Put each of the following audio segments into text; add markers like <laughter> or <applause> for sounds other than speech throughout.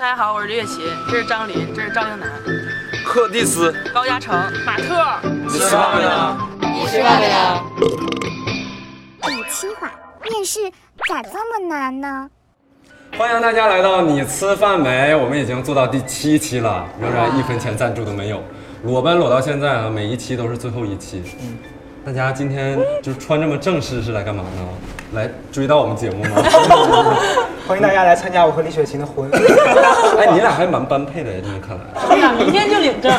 大家好，我是李雪琴，这是张琳，这是赵英男，赫蒂斯，高嘉诚，马特。你吃饭没呢？母亲话，面试咋这么难呢？欢迎大家来到你吃饭没？我们已经做到第七期了，仍然一分钱赞助都没有，裸奔裸到现在啊，每一期都是最后一期。大家今天就穿这么正式是来干嘛呢？来追到我们节目吗？ <laughs> 欢迎大家来参加我和李雪琴的婚。哎，你俩还蛮般配的呀，这么看来。我俩哎明天就领证。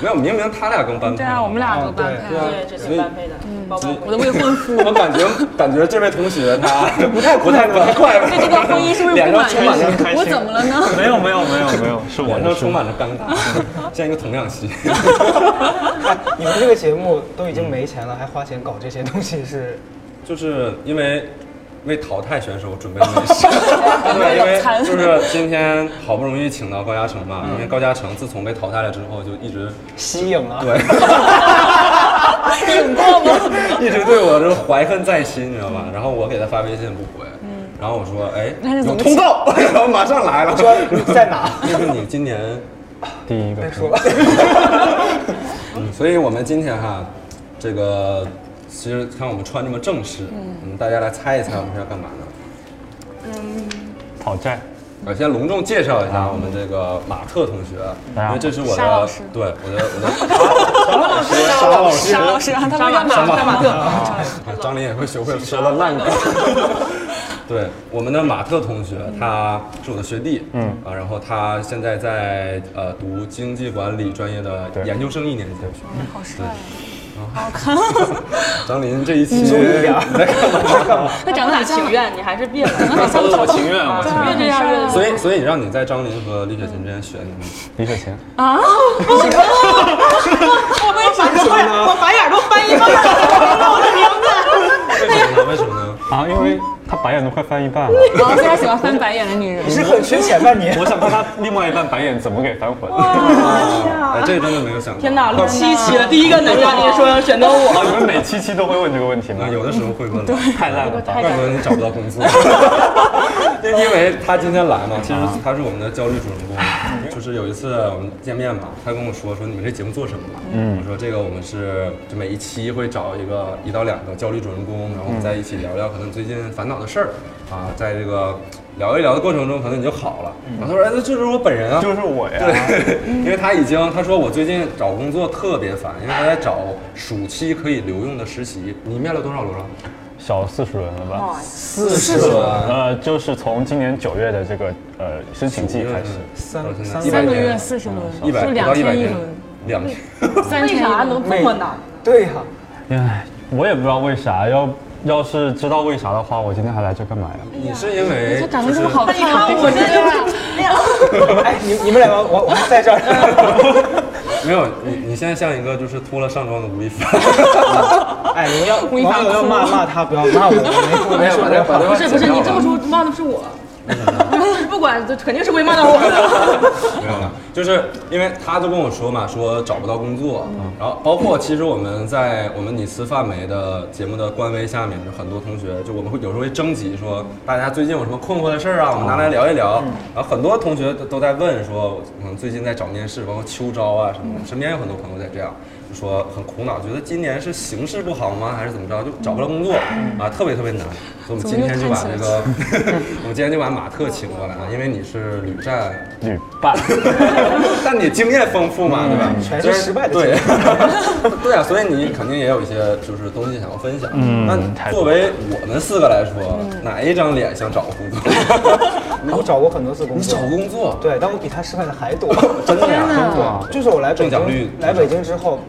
没有，明明他俩更般配。对啊，我们俩都嗯对般配。 <laughs> 对，这是般配的。宝宝，我的未婚夫。我感觉感觉这位同学 <laughs> 他不太不太不太快乐，对这段婚姻是不是脸不上 <laughs> 满充满了意？我怎么 <laughs> 了呢？没有没有没有没有，是我脸上充满了尴尬，像一个童养媳。你们这个节目都已经没钱了，还花钱搞这些东西是？就是因为为淘汰选手准备了一些，对，因为就是今天好不容易请到高嘉诚嘛，因为高嘉诚自从被淘汰了之后，就一直吸引了。对，领过吗？一直对我这怀恨在心，你知道吧？然后我给他发微信不回，然后我说，哎，有通告， <laughs> 然后马上来了，说你在哪？ <laughs> 就是你今年第一个别说了，嗯，所以我们今天哈，这个其实看我们穿这么正式，嗯，大家来猜一猜我们是要干嘛呢？讨债，我呃先隆重介绍一下我们这个马特同学，嗯因为这是我沙老的师，对我的我的沙老师，沙老师让他们干嘛？干嘛？ <laughs> 啊张琳也会学会说的烂梗。对，我们的马特同学，嗯他是我的学弟，嗯啊，然后他现在在呃读经济管理专业的研究生一年级。好帅啊！ <laughs> 张琳这一期点儿你在干嘛？ <laughs> 他长得很情愿，你还是别了。我情愿，我情别这样认所以所以让你在张琳和李雪琴之间选，你李雪琴，啊！我为啥我白眼都翻一半了？我的名为什么呢？为什么呢？啊，因为她白眼都快翻一半了，字。我非常喜欢翻白眼的女人你。是很缺钱吧你？我想看她另外一半白眼怎么给翻回来。哎，这个真的没有想到。天哪，录七期了，第一个男嘉宾说要选择我，啊，你们每期期都会问这个问题 <laughs> 吗啊，？有的时候会问了。太烂了吧！怪不得你找不到工 <laughs> 作，因因为他今天来嘛，其实他是我们的焦虑主人公。就是有一次我们见面嘛，他跟我说说你们这节目做什么？嗯，我说这个我们是就每一期会找一个一到两个焦虑主人公，然后我们在一起聊聊可能最近烦恼的事儿啊，在这个聊一聊的过程中，可能你就好了。然后他说哎，那这就是我本人啊，就是我呀，对， <laughs> 因为他已经他说我最近找工作特别烦，因为他在找暑期可以留用的实习。你面了多少轮了？小四十轮了吧？四十轮。呃，就是从今年九月的这个呃申请季开始，三三三个月四十轮，一百就不两到一百天一天轮，，两天。三天一轮。这么难？对呀、唉，我也不知道为啥。要要是知道为啥的话，我今天还来这干嘛呀？你是因为他长得这么好看，你看我这就是哎，你你们两个，我我还 <laughs> 在这儿。没有你，你现在像一个就是脱了上装的吴亦凡。哎，你们要一网友要骂骂他，不要骂我，我没说这话。不是不是，你这么说骂的是我，不管肯定是会骂到我的。没有了，就是因为他都跟我说嘛，说找不到工作，然后包括其实我们在我们你吃饭没的节目的官微下面，就很多同学就我们会有时候会征集说大家最近有什么困惑的事儿啊，我们拿来聊一聊。然后很多同学都都在问说，可能最近在找面试，包括秋招啊什么的，身边有很多朋友在这样。就说很苦恼，觉得今年是形势不好吗，还是怎么着，就找不着工作啊，特别特别难。所以我们今天就把这个， <laughs> 我们今天就把马特请过来了，啊因为你是屡战旅伴， <laughs> 但你经验丰富嘛，对吧？嗯全就是失败的对经， <laughs> 对啊，所以你肯定也有一些就是东西想要分享。嗯那太作为我们四个来说，嗯哪一张脸想找工 <laughs> 作？我找过很多次工你找作，工作，对，但我比他失败的还多。真的呀？啊对，就是我来北中奖率京，来北京之后，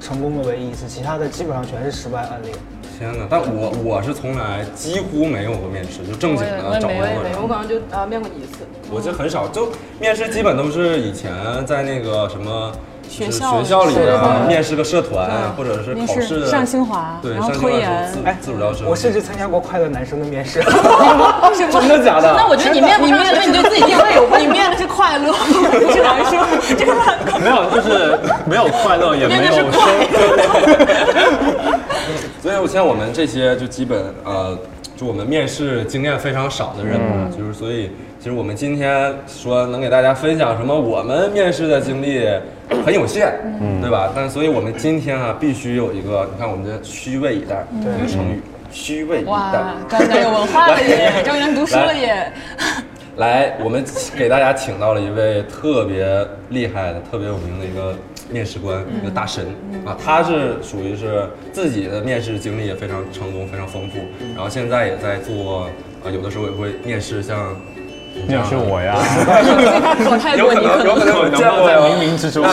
成功的唯一一次，其他的基本上全是失败案例。天哪！但我我是从来几乎没有过面试，就正经的找工作人。我可能就啊面过你一次，我就很少，就面试基本都是以前在那个什么。就是学校学校里对对啊，对面试个社团，或者是面考试试上清华对，然后上清科华研自哎自主招生，我甚至参加过快乐男生的 <laughs> 面试。 <laughs> 真的假的？那我觉得你面不上，你对自己定位有问题。你面的是快乐，不是难受，真的。没有，就是没有快乐，也没有面的是收所以，我像我们这些就基本呃，就我们面试经验非常少的人嘛，就是所以其实我们今天说能给大家分享什么我们面试的经历很有限，对吧？但所以我们今天啊，必须有一个，你看我们这虚位以待，一个成语，虚位以待。啊哇，刚才有文化了耶，张元读书了耶，来，我们给大家请到了一位特别厉害的、特别有名的一个面试官，一个大神啊，他是属于是自己的面试经历也非常成功、非常丰富，然后现在也在做啊，有的时候也会面试像你这面样试的我呀，我太有多可你能，有可能我能不见能过在呀冥冥之中？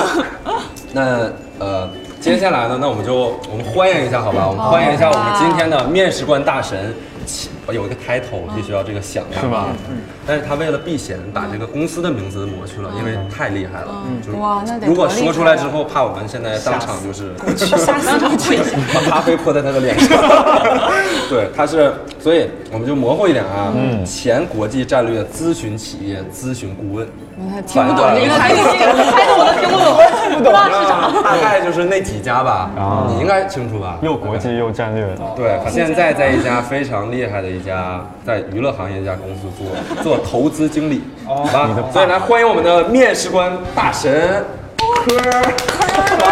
<laughs> 那呃，接下来呢，那我们就我们欢迎一下，好吧？我们欢迎一下我们今天的面试官大神，起有一个 title 必须要这个响亮是吧？嗯。但是他为了避嫌，把这个公司的名字抹去了，因为太厉害了。就是嗯哇那得如果多厉说出害来啊之后，怕我们现在当场就是当场跪下。 <laughs> 把咖啡泼在他的脸 <laughs> 上。对，他是，所以我们就模糊一点啊。嗯。前国际战略咨询企业咨询顾问。听不懂这个台词，台词我都听不懂，不知道是啥。大概就是那几家吧，你应该清楚吧？又国际又战略的，对，现在在一家非常厉害的一家在娱乐行业一家公司做做投资经理，好吧？所以来欢迎我们的面试官大神柯柯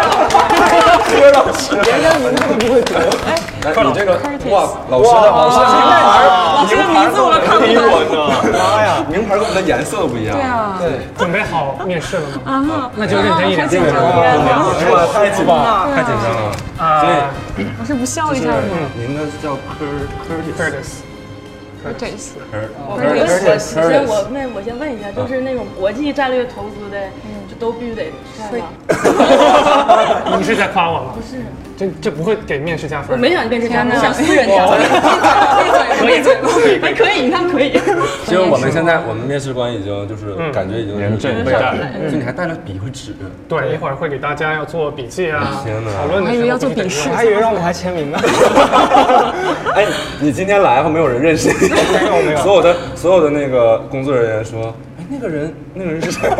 老师，原来你们都不会读，来你这个哇，老师的老师的名牌儿，老师的名字我都看不懂懂，妈呀，名牌儿跟我们的颜色不一样，对啊，准备好面试了吗？啊，那就认真一点。是吧？太紧张了，太紧张了，所以啊我是不笑一就下是吗？您的叫科科科 Curtis，这次哦我科们科我科先我那我先问一下，就是那种国际战略投资的，就都必须得帅吗？ <laughs> 你是在夸我吗？不是，这这不会给面试加分。我没想变成这样，天我哪想撕人家。可以可以哎，可以，你看可以。其实我们现在我们面试官已经就是嗯感觉已经严阵以备待了，就你还带了笔和纸，对，一会儿会给大家要做笔记啊天哪，讨论的时候我还以为要做会给笔大家试我还以为让我给他签名呢。 <laughs> 哎，你今天来后没有人认识你，没有没有所有的所有的那个工作人员说，哎，那个人那个人是谁？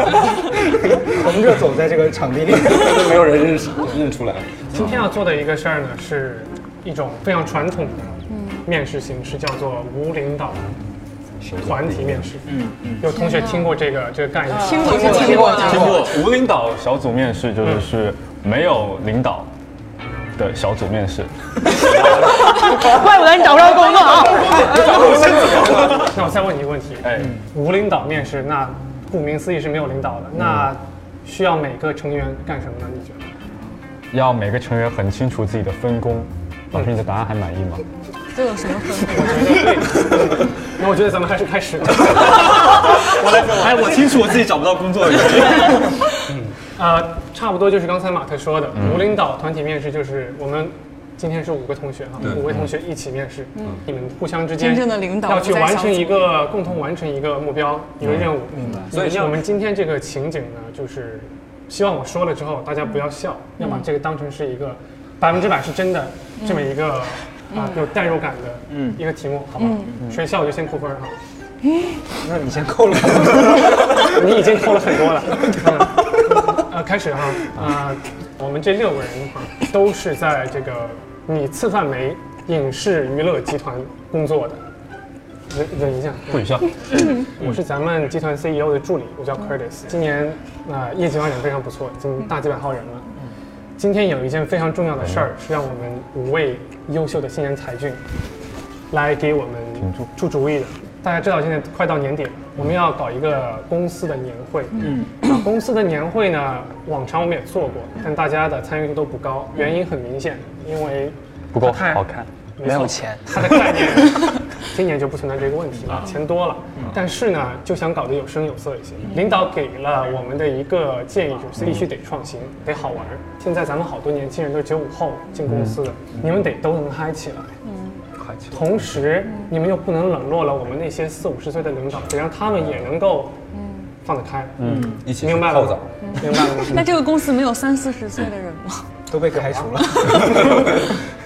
<laughs> 横着走在这个场地里。都没有人认识认出来。今天要做的一个事儿呢，是一种非常传统的面试形式，叫做无领导团体面试。嗯嗯，有同学听过这个这个概念吗？听过听过经过无领导小组面试，就是是没有领导的小组面试。怪不得你找不着工作啊！哦那我再问你一个问题，哎，无领导面试，那顾名思义是没有领导的，那需要每个成员干什么呢？你觉得？要每个成员很清楚自己的分工。老师，你的答案还满意吗？这有什么分别？那我觉得咱们还是开始吧。我来，哎，我清楚我自己找不到工作的原因。呃，差不多就是刚才马特说的，无领导团体面试就是我们今天是五个同学哈，五位同学一起面试，你们互相之间嗯真正的领导要去不在完小成一组个共同完成一个目标，一个任务。嗯明白。所所以以说我们今天这个情景呢，就是希望我说了之后大家不要笑，要把这个当成是一个百分之百是真的嗯这么一个啊有代入感的一个题目，好吧？嗯谁笑我就先扣分儿哈。那你先扣了。你已经扣了很多了。嗯 <laughs> 呃，开始哈，呃，我们这六个人哈，都是在这个你次范梅影视娱乐集团工作的。忍忍一下， <laughs> 不许笑。我是咱们集团 CEO 的助理，我叫 Curtis。今年呃业绩发展非常不错，已经大几百号人了。今天有一件非常重要的事儿，是让我们五位优秀的新人才俊来给我们住出主意的。大家知道现在快到年底了，我们要搞一个公司的年会。嗯，那公司的年会呢，往常我们也做过，但大家的参与度都不高，原因很明显，因为不够它太好看。没有钱，他的概念， <laughs> 啊今年就不存在这个问题了，钱多了。但是呢，就想搞得有声有色一些。领导给了我们的一个建议，就是必须得创新，得好玩儿。现在咱们好多年轻人都是九五后进公司的，你们得都能嗨起来。同时，你们又不能冷落了我们那些四五十岁的领导，得让他们也能够放得开。嗯，一起去明白泡了吗澡，？明白了吗？那这个公司没有三四十岁的人吗？都被开除了。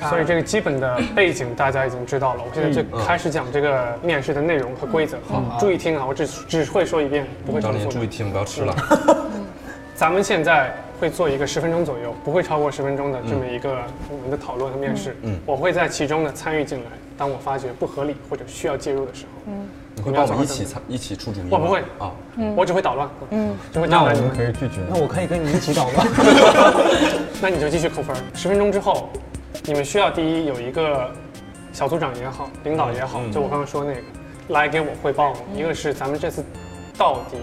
啊所以这个基本的背景大家已经知道了。我现在嗯就开始讲这个面试的内容和规则。好，注意听啊，我只只会说一遍，不会张重琳复嗯注的嗯意。听，不要吃了。咱们现在会做一个十分钟左右，不会超过十分钟嗯的这么一个我们的讨论和面试。我会在其中呢参与进来，当我发觉不合理或者需要介入的时候。你会帮我们一起参一起出主意吗？我不会啊，我只会捣乱，嗯，只会那捣我乱你们们。可以拒绝。那我可以跟你一起搞吗？那你就继续扣分儿。十分钟之后，你们需要第一有一个小组长也好，领导也好，就我刚刚说那个，来给我汇报。一个是咱们这次到底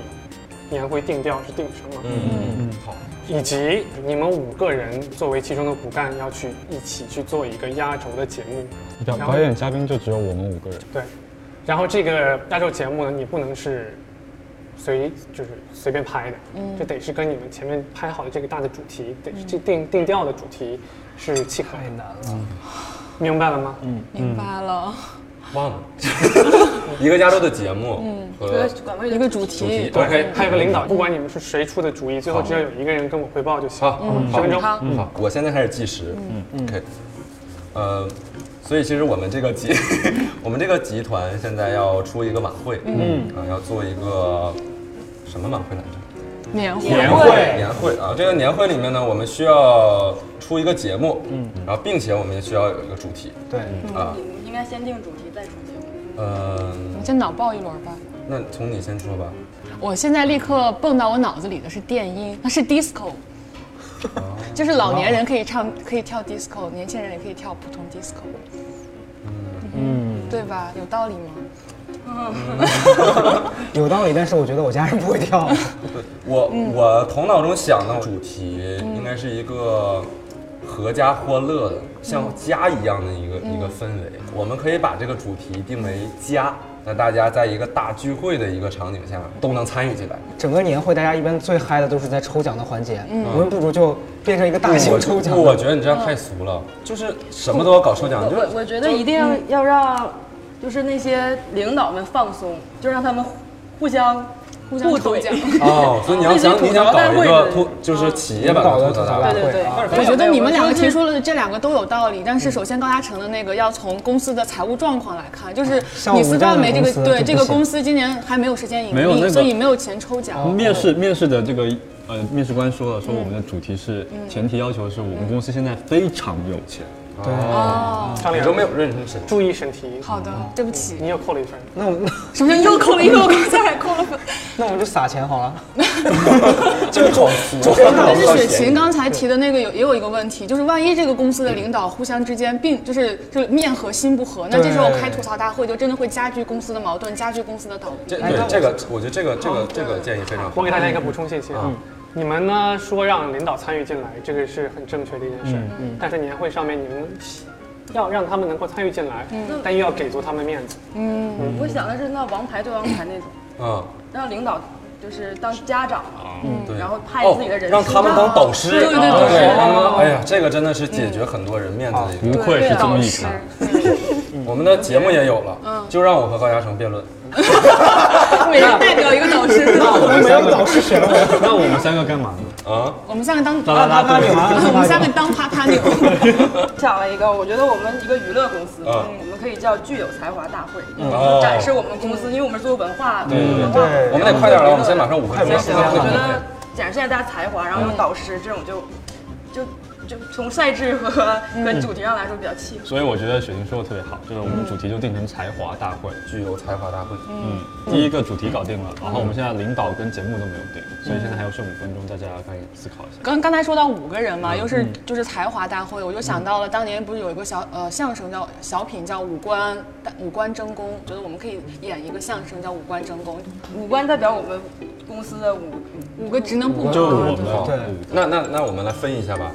年会定调是定什么，嗯，好，以及你们五个人作为其中的骨干，要去一起去做一个压轴的节目。表然后表演嘉宾就只有我们五个人，对，然后这个压轴节目呢，你不能是随就是随便拍的，这得是跟你们前面拍好的这个大的主题，得是这定定调的主题是契合太的，难了，嗯明白了吗？明白了，忘了， <laughs> 一个加州的节目和管委一嗯个主主题题， ，OK，还有个领导，不管你们是谁出的主意，最后只要有一个人跟我汇报就行。好，嗯好，十分钟，好，好，我现在开始计时。嗯，OK。呃，所以其实我们这个集， <laughs> 我们这个集团现在要出一个晚会，嗯，啊、要做一个什么晚会来着？年会，年会，年会啊！这个年会里面呢，我们需要出一个节目，嗯，然后并且我们也需要有一个主题，对，嗯啊，你们应该先定主题再出节目。呃，先脑爆一轮吧。那从你先说吧。我现在立刻蹦到我脑子里的是电音，那是 disco，就是老年人可以唱，可以跳 disco，年轻人也可以跳普通 disco。嗯，对吧？有道理吗？有道理，但是我觉得我家人不会跳。我、嗯我头脑中想的主题应该是一个合家欢乐嗯的，像家一样的一个、一个氛围。我们可以把这个主题定为家，那大家在一个大聚会的一个场景下都能参与进来。整个年会大家一般最嗨的都是在抽奖的环节，我们不如就变成一个大型抽奖我觉得你这样太俗了，就是什么都要搞抽奖，就是嗯我我觉得一定要要让，就是那些领导们放松，就让他们互相互相抽怼奖。哦，所以你要这是想吐槽你想搞大一会个对吐，就是企业版搞的的吐吐槽槽大大会。对会 <laughs> 对啊。我觉得你们两个我就是提出了这两个都有道理，但是嗯首先高嘉诚的那个要从公司的财务状况来看，就是啊像你我们思这样的冠梅这个公司对就不这个行公司今年还没有实现盈没有那利，个所以没有钱抽哦奖。面试面试的这个呃，面试官说了，说我们的主题是、嗯前提要求是我们公司现在非常有钱。哦，张你脸都没有认真审。注意审题。好哦的，对不起，你又扣了一分，那我们首先又扣了一个，我刚才还扣了分。那我们就撒钱好了。这种俗，啊但是雪琴刚才提的那个有也有一个问题，就是万一这个公司的领导互相之间并就是就是面和心不和，那这时候开吐槽大会就真的会加剧公司的矛盾，加剧公司的倒闭。这对这个，我觉得这个这个这个建议非常好我。给大家一个补充信息啊。你们呢说让领导参与进来，这个是很正确的一件事。但是年会上面你们要让他们能够参与进来，但又要给足他们面子。我想的是那王牌对王牌那种，嗯，让领导 <laughs> 就是当家长嘛，对，然后派自己的人哦让他们当导师，对对对啊对对他们哎呀，这个真的是解决很多人面子的一不嗯个。愧是综艺咖，我们的节目也有嗯了，就让我和高嘉诚辩论。每人代表一个 <laughs> 导师，我们没有老师学过， <laughs> 那我们三个干嘛呢？啊，嗯我们三个当，啦啦啦队，我们三个当啪啪牛。想了一个，我觉得我们一个娱乐公司，嗯啊我们可以叫具有才华大会，哦展示我们公司，因为我们是做文化，对对对文化对我们得快点了，我们现在马上五分钟了。对我觉嗯得展示一下大家才华，然后有导师这种就就就从赛制和和主题上来说比较契合。所以我觉得雪晴说的特别好，就是我们主题就定成才华大会。具有才华大会，嗯，第一个主题搞定了，然后我们现在领导跟节目都没有定，嗯所以现在还有剩五分钟，大家可以思考一下。刚刚才说到五个人嘛，又是就是才华大会，我就想到了当年不是有一个小呃相声叫小品叫五官五官争功，觉得我们可以演一个相声叫五官争功，五官代表我们公司的五五个职能部门。就嗯我对们五个，嗯那那那我们来分一下吧。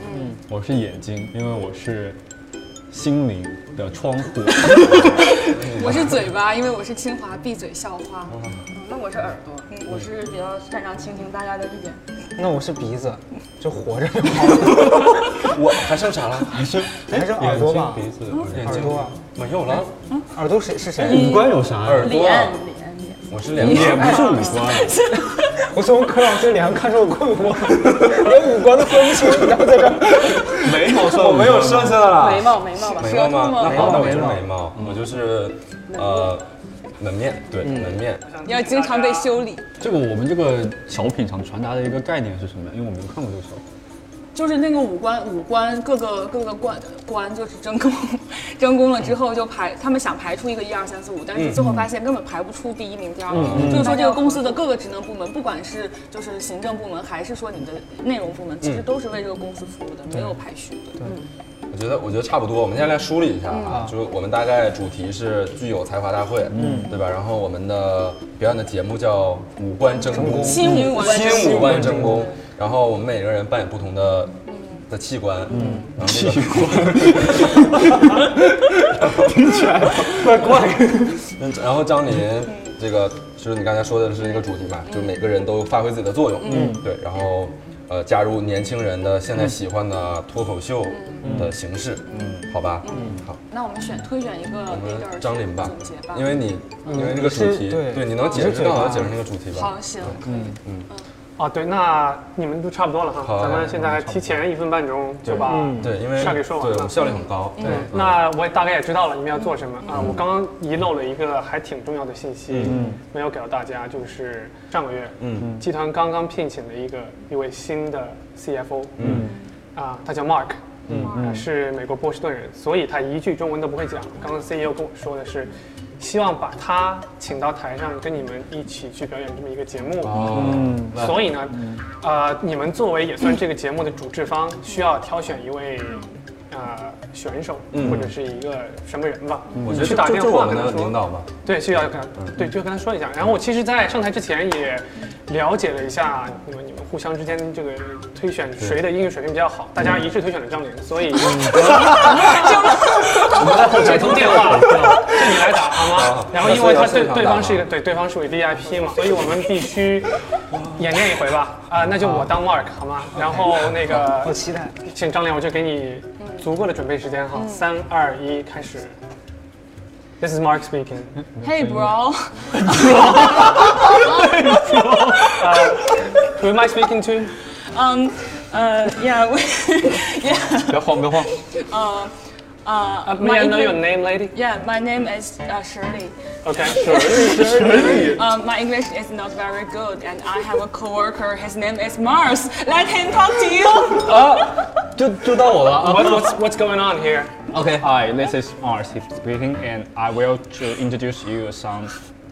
我是眼睛，因为我是心灵的窗户。我是嘴巴，因为我是清华闭嘴校花。那我是耳朵，嗯，我是比较擅长倾听大家的意见。那我是鼻子，就活着就好了。嗯我还剩啥了？还剩 <laughs> 还剩耳朵 <laughs> 吧鼻子、眼耳睛朵啊，没有了。耳朵谁是谁？五官有啥呀？耳朵，啊嗯脸脸脸，我是脸，也不是五官，我从柯老师脸上看出我困惑，连五官都分不清，然后在这儿。眉毛 <laughs> 算我没有剩算。下的了。眉毛眉毛吧，眉毛吗？那好，那我就是眉毛眉毛，我就是呃门面，对嗯门面。你要经常被修理，这个我们这个小品想传达的一个概念是什么呀？因为我没有看过这个小品。就是那个五官五官各个各个官官就是争功，争功了之后就排，他们想排出一个一二三四五，但是最后发现根本排不出第一名、第二嗯名。就是说这个公司的各个职能部门，不管是就是行政部门，还是说你的内容部门，其实都是为这个公司服务的，没有排序嗯的。我觉得，我觉得差不多。我们现在来梳理一下嗯啊，就是我们大概主题是具有才华大会，嗯，对吧？然后我们的表演的节目叫五官争功，新五官争功新五官争功。然后我们每个人扮演不同的的器官，嗯，然后那个怪怪。嗯，然后张琳，这嗯个就是你刚才说的是一个主题嘛，就每个人都发挥自己的作用，嗯，对，然后呃，加入年轻人的现在喜欢的脱口秀的形式，嗯，好吧，嗯，好，那我们选推选一个我 leader 们嗯张琳吧总结吧，因为你因为这个主题，是对对，你能解释更好的解释那个主题吧好，？行，啊，对，那你们都差不多了好哈，咱们现在还提前一分半钟就把对，因为效率对说完我了们。效率很高，对，那我也大概也知道了你们要做什么啊。我刚刚遗漏了一个还挺重要的信息，没有给到大家，就是上个月，嗯，集团刚刚聘请了一个一位新的 CFO，嗯，啊，他叫 Mark。嗯，是美国波士顿人，所以他一句中文都不会讲。刚刚 CEO 跟我说的是，希望把他请到台上，跟你们一起去表演这么一个节目。嗯，所以呢，呃，你们作为也算这个节目的主制方，需要挑选一位呃选手、或者是一个什么人吧，嗯我觉你得去这打这电是我话们跟他的领说。导嗯吧，对，需要跟他，对，就跟他说一下。然后我其实，在上台之前也了解了一下你们你们互相之间这个推选谁的英语水平比较好，大家一致推选了张琳，所 <laughs> 以打通电 <laughs> 话，是你来打好吗好？然后因为他对那所以要现场打吗对方是一个对对方是位 VIP 嘛，所以我们必须演练一回吧。啊，那就我当 Mark 好吗？然后那好个，期待。请张良，我就给你足够的准备时间哈。三二一，开始。This is Mark speaking. Hey bro， Who am I speaking to? 嗯，呃，Yeah，我，Yeah，不要慌，不要慌，呃，呃 Uh, May I know your name, lady? Yeah, my name is uh, Shirley. Okay, sure. Uh, my English is not very good, and I have a coworker. His name is Mars. Let him talk to you. 就就到我了啊。 What, what's what's going on here? Okay, hi, this is Mars speaking, and I will to introduce you some.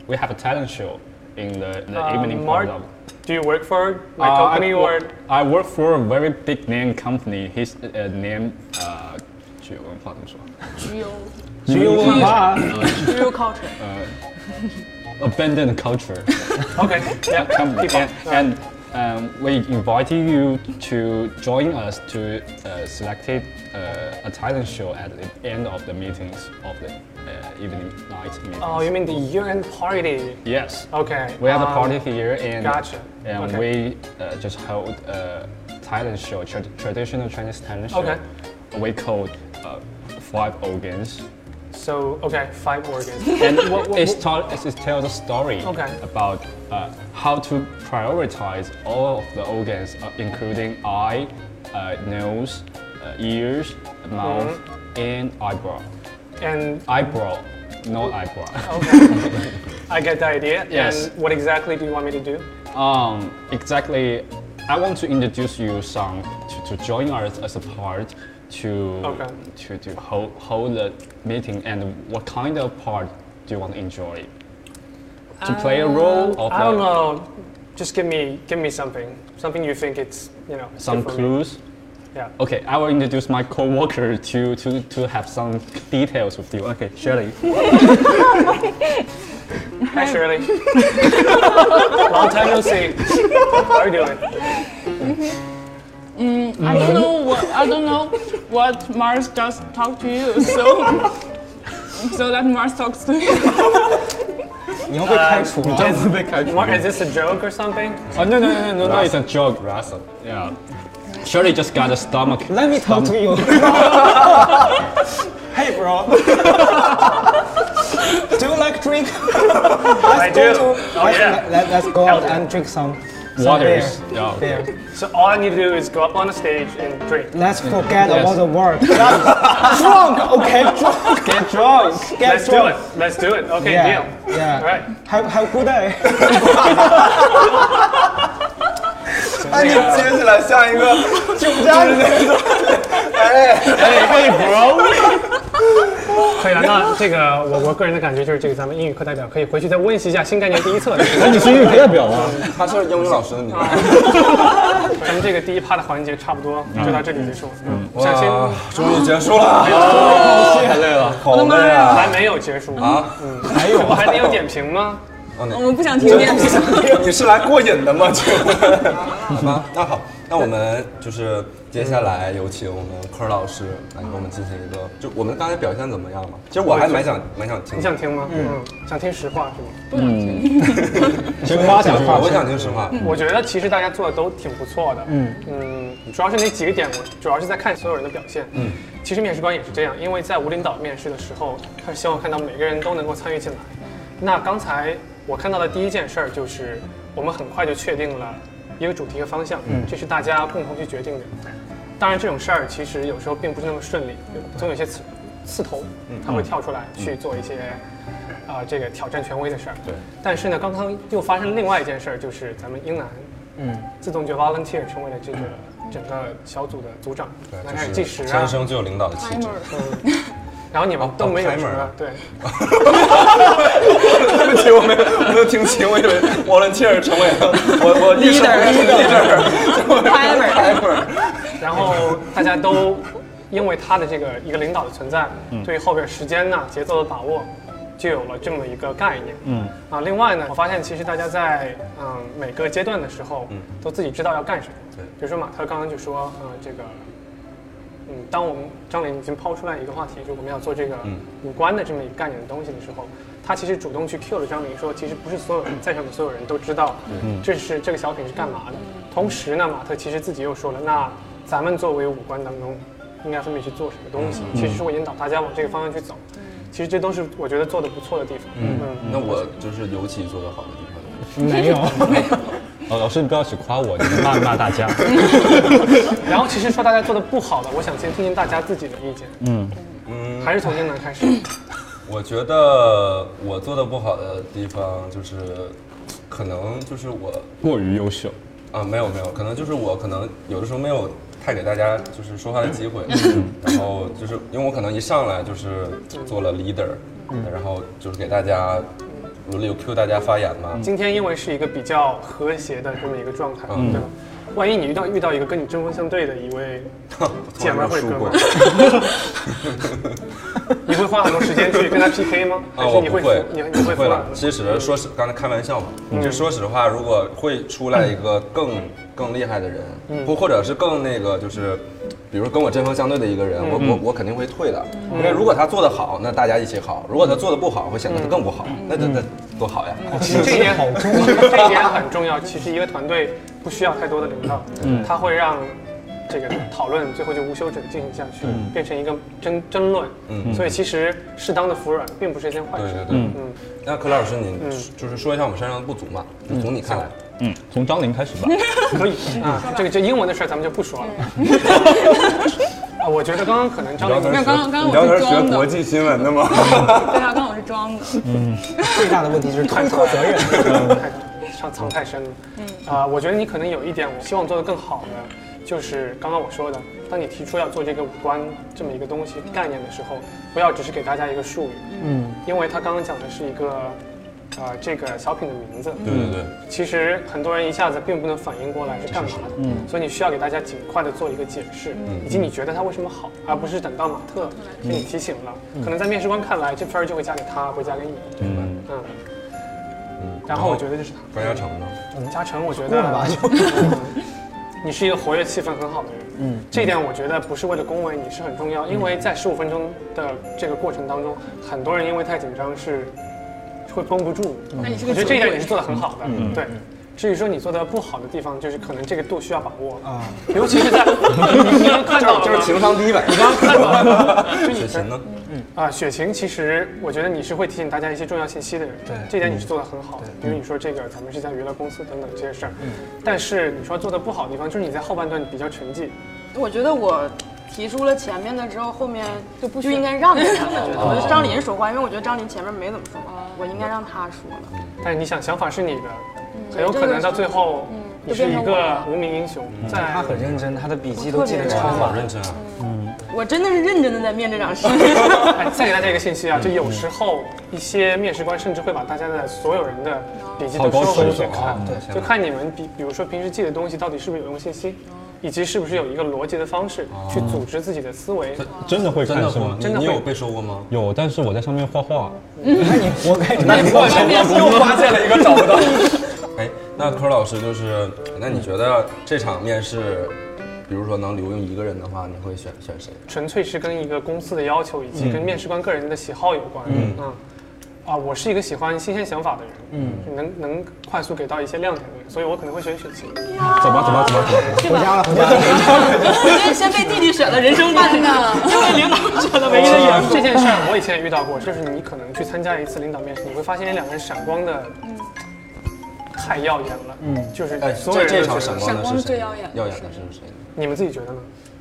We have a talent show in the, in the Um, evening Mark, program. do you work for my Uh, company I, or? I work for a very big name company. His uh, name, uh, 去文化怎么说？ Real culture. Abandoned culture Okay, yeah, company, keep on. and, and um, we invited you to join us to uh, selected uh, a talent show at the end of the meetings of the uh, evening night meetings. Oh, you mean the year-end party? yes. Okay. We have a um, party here and gotcha. and Okay. we uh, just held a talent show, tra- traditional Chinese talent show. Okay. We called uh, five organs, So okay, five organs. and <laughs> what- what- it, tell- it tells a story Okay. about uh, how to prioritize all of the organs, uh, including eye, uh, nose, uh, ears, mouth, Mm-hmm. and eyebrow. And Eyebrow, not eyebrow. okay, <laughs> I get the idea. Yes. And what exactly do you want me to do? <laughs> Um, exactly. I want to introduce you some to, to join us as a part to Okay. to, to hold, hold the meeting and what kind of part do you want to enjoy? To play a role of Uh, I don't the- know. Just give me give me something, something you think it's you know. good some for me. clues. Yeah. Okay, I will introduce my coworker to to to have some details with you. Okay, <laughs> Shirley. Hi <laughs> Shirley. Long time no see. How are you doing? I don't know what I don't know what Mars just talked to you. So, so let Mars talks to you. 你要被开除了。 Mark, is this a joke or something? Oh no no no no no! It's a joke. Russell， Yeah. Shirley just got a stomach. Let me talk to you. hey, bro. Do you like drink? I do. Oh yeah. Let, let, let's go out and drink some. some Waters. beer. Yeah. Beer. So all I need to do is go up on a stage and drink. Let's forget Yes. about the <laughs> work. drunk, okay? Drunk. Get drunk. Get Let's do drunk. it. Let's do it. Okay, Yeah. deal. Yeah. All right. Have have a good day. 那你接起来像一个酒家人那种，哎，哎嘿，bro， <laughs> 可以了，那这个我我个人的感觉就是，这个咱们英语课代表可以回去再温习一下新概念第一册的。哎，你是英语课代表吗？他是英语老师的名字。 <laughs> 咱们这个第一趴的环节差不多就到这里结束。嗯，我想先哇， <laughs> 终于结束了，太累了。好累还啊！没有结束，啊，还有还得有点评吗？我们不想听电视。 <laughs> 你是来过瘾的 <laughs> 吗？请问？啊，那好，那我们就是接下来有请我们科老师来给我们进行一个，就我们刚才表现怎么样嘛？其实我还蛮想蛮想听的，你想听吗？嗯，想听实话是吗？其实我想实话，我想听实话。我觉得其实大家做的都挺不错的，嗯嗯，主要是哪几个点，我主要是在看所有人的表现，嗯，其实面试官也是这样，因为在无领导面试的时候，他是希望看到每个人都能够参与进来。那刚才我看到的第一件事儿就是，我们很快就确定了一个主题和方向，嗯，这是大家共同去决定的。当然，这种事儿其实有时候并不是那么顺利，总有一些刺刺头，他会跳出来去做一些。啊、这个挑战权威的事儿。对。但是呢，刚刚又发生另外一件事儿，就是咱们英男，嗯，自动就 volunteer 成为了这个整个小组的组长，那开始嗯就计是时啊天，生就有领导的气质。然后你们都没有什么、哦对，对不起，我没有我没有听清，我以为 volunteer 成为了我我 leader leader <laughs> Timer timer 然后大家都因为他的这个一个领导的存在，嗯对于后边时间呐、节奏的把握，就有了这么一个概念。嗯啊，另外呢，我发现其实大家在嗯每个阶段的时候，都自己知道要干什么。对比如说马特刚刚就说，呃，这个。嗯，当我们张琳已经抛出来一个话题，就我们要做这个五官的这么一个概念的东西的时候，他其实主动去 cue 了张琳，说其实不是所有人在场的所有人都知道，这是这个小品是干嘛的。同时呢，马特其实自己又说了，那咱们作为五官当中，应该分别去做什么东西，其实是会引导大家往这个方向去走。其实这都是我觉得做的不错的地方。嗯，那我就是尤其做得好的地方。哎没有，哦，老师你不要只夸 <laughs> 我，你 <laughs> 骂骂大家。然后其实说大家做的不好的，我想先听听大家自己的意见。嗯嗯，还是从英男开始。我觉得我做的不好的地方就是，可能就是我过于优秀，啊，没有没有，可能就是我可能有的时候没有太给大家就是说话的机会，然后就是因为我可能一上来就是做了 leader，、然后就是给大家轮流 Q 大家发言嘛， <laughs> 今天因为是一个比较和谐的这么一个状态，嗯对吧？万一你遇到遇到一个跟你针锋相对的一位姐妹会哥们儿，你会花很多时间去跟他 PK 吗？啊，还是我你不会会，你不你会服会了软。吗嗯其实说实，刚才开玩笑嘛，就说实话，如果会出来一个更更厉害的嗯人，或或者是更那个就是。比如跟我针锋相对的一个人，嗯我我我肯定会退的，因为如果他做得好，那大家一起好；如果他做得不好，会显嗯得他更不好，那那那多好呀！其实这一点很重要，这一点很重要。其实一个团队不需要太多的领导，嗯他会让这个讨论最后就无休止的进行下去，嗯变成一个争争论。所以其实适当的服软并不是一件坏 <laughs> 对事对。嗯对，那柯老师，你嗯就是说一下我们身上的不足嘛？就从你看来，嗯，从张琳开始吧。可以啊，这个这英文的事儿咱们就不说了。 <laughs> 啊，我觉得刚刚可能张琳没有刚刚刚刚你聊我天是学装的国际新闻的吗？对啊，刚刚我是装的。最大的问题就是推脱责任。太藏藏太深了。嗯啊、我觉得你可能有一点，我希望做得更好的，就是刚刚我说的，当你提出要做这个五官这么一个东西概念的时候，不要只是给大家一个术语，嗯，因为他刚刚讲的是一个，呃，这个小品的名字， <laughs> 对对对，其实很多人一下子并不能反应过来是干嘛的，嗯，所以你需要给大家尽快的做一个解释，以及你觉得它为什么好，而不是等到马特给你提醒了，可能在面试官看来这分儿就会加给他，不会加给你，嗯，嗯，然后我觉得这是他。关嘉诚呢？嘉诚，我觉得嗯你是一个活跃气氛很好的人，嗯，这一点我觉得不是为了恭维你是很重要，因为在十五分钟的这个过程当中，很多人因为太紧张是会绷不住，那你是个我觉得这一酒点鬼你是做的很好的，对。至于说你做的不好的地方，就是可能这个度需要把握啊，尤其是 <laughs> 在你刚刚看到了 <laughs> 吗情商低 <laughs> 呗。你刚刚看到了 <laughs> 吗，就你雪琴呢？啊，雪晴，其实我觉得你是会提醒大家一些重要信息的人，对，这点你是做的很好的。比如你说这个咱们是在娱乐公司等等这些事儿，但是你说做的不好的地方就是你在后半段比较沉寂，我觉得我提出了前面的之后，后面就不就应该让给 <laughs> 他了。我觉得张琳说话，因为我觉得张琳前面没怎么说，我应该让她说了。但是你想想法是你的，很有可能到最后你嗯就是变一成我个了无名英雄，在他很认真，他的笔记都记得哇超好满。认真啊！我真的是认真的在面这场试。哎，再给大家一个信息啊，就有时候一些面试官甚至会把大家的所有人的哦笔记好都高收回去水准看啊，对，就看你们比，比如说平时记的东西到底是不是有用信息，哦以及是不是有一个逻辑的方式去组织自己的思维。真的会真看的是吗吗？？你真的你有会被收过吗？有，但是我在上面画画，我感觉你我前面又发现了一个找不到。哎，那柯老师就是，那你觉得这场面试，比如说能留用一个人的话，你会选选谁？纯粹是跟一个公司的要求以及跟面试官个人的喜好有关。嗯啊，我是一个喜欢新鲜想法的人，嗯，能能快速给到一些亮点的人，所以我可能会选雪晴。走吧走吧走吧走吧，回家了，回家了。我觉得先被弟弟选了人生伴侣，又被领导选哦了唯一的演这件事儿我以前也遇到过，就是你可能去参加一次领导面试，你会发现两个人闪光的太耀眼了，嗯，就是哎，所有这人都这觉场闪得光的闪光是是谁？最耀眼的耀眼的是谁？你们自己觉得呢？ <laughs>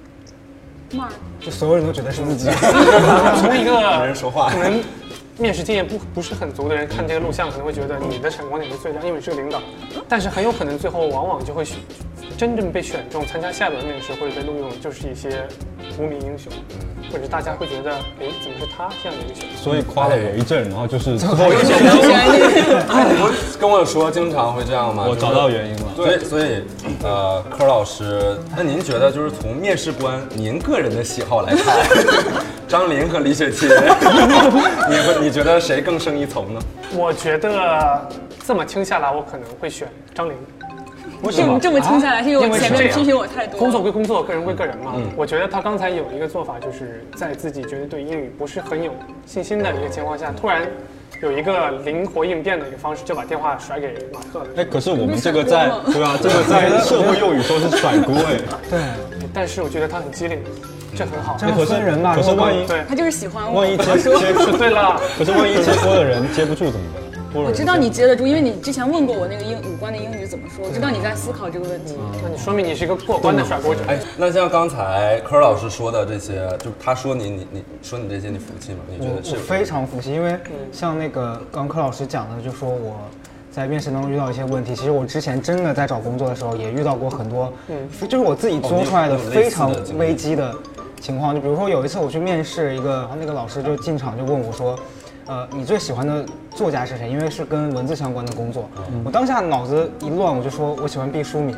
就所有人都觉得是自己。从一没个人说话可 <laughs> 能面试经验不不是很足的人看这个录像，可能会觉得你的闪光点是最亮，因为你是个领导，但是很有可能最后往往就会选真正被选中参加下一轮面试或者被录用，就是一些无名英雄，或者是大家会觉得，哎，怎么是他这样的一个选择？嗯所以夸了我一阵，然后就是最后一阵我跟我说，经常会这样吗？我找到原因了。所以，所以，呃，柯老师，那您觉得就是从面试官您个人的喜好来看， <laughs> 张琳和李雪琴， <laughs> 你会你觉得谁更胜一筹呢？我觉得这么听下来，我可能会选张琳。为什么这么听下来？是因为我前面批评我太多了。工作归工作，个人归个人嘛。我觉得他刚才有一个做法，就是在自己觉得对英语不是很有信心的一个情况下，突然有一个灵活应变的一个方式，就把电话甩给马特了。哎，可是我们这个在对吧？这个在社会用语说是甩锅哎。但是我觉得他很机灵，这很好。这 <laughs> 样分人啊吧，可是如果万一对，他就是喜欢我。万一接 <laughs> 接是对了。可是万一接锅的人接不住怎么办？我知道你接得住，因为你之前问过我那个英五官的英语怎么说，我知道你在思考这个问题。那你说明你是一个过关的甩锅者。哎，那像刚才柯老师说的这些，就他说你你你说你这些，你服气吗？你觉我得是我非常服气，因为像那个刚柯老师讲的，就说我在面试当中遇到一些问题，其实我之前真的在找工作的时候也遇到过很多，就是我自己作出来的哦你有非常你有类似的经历危机的情况。就比如说有一次我去面试一个，然后那个老师就进场就问我说。呃，你最喜欢的作家是谁？因为是跟文字相关的工作，嗯我当下脑子一乱，我就说我喜欢毕淑敏，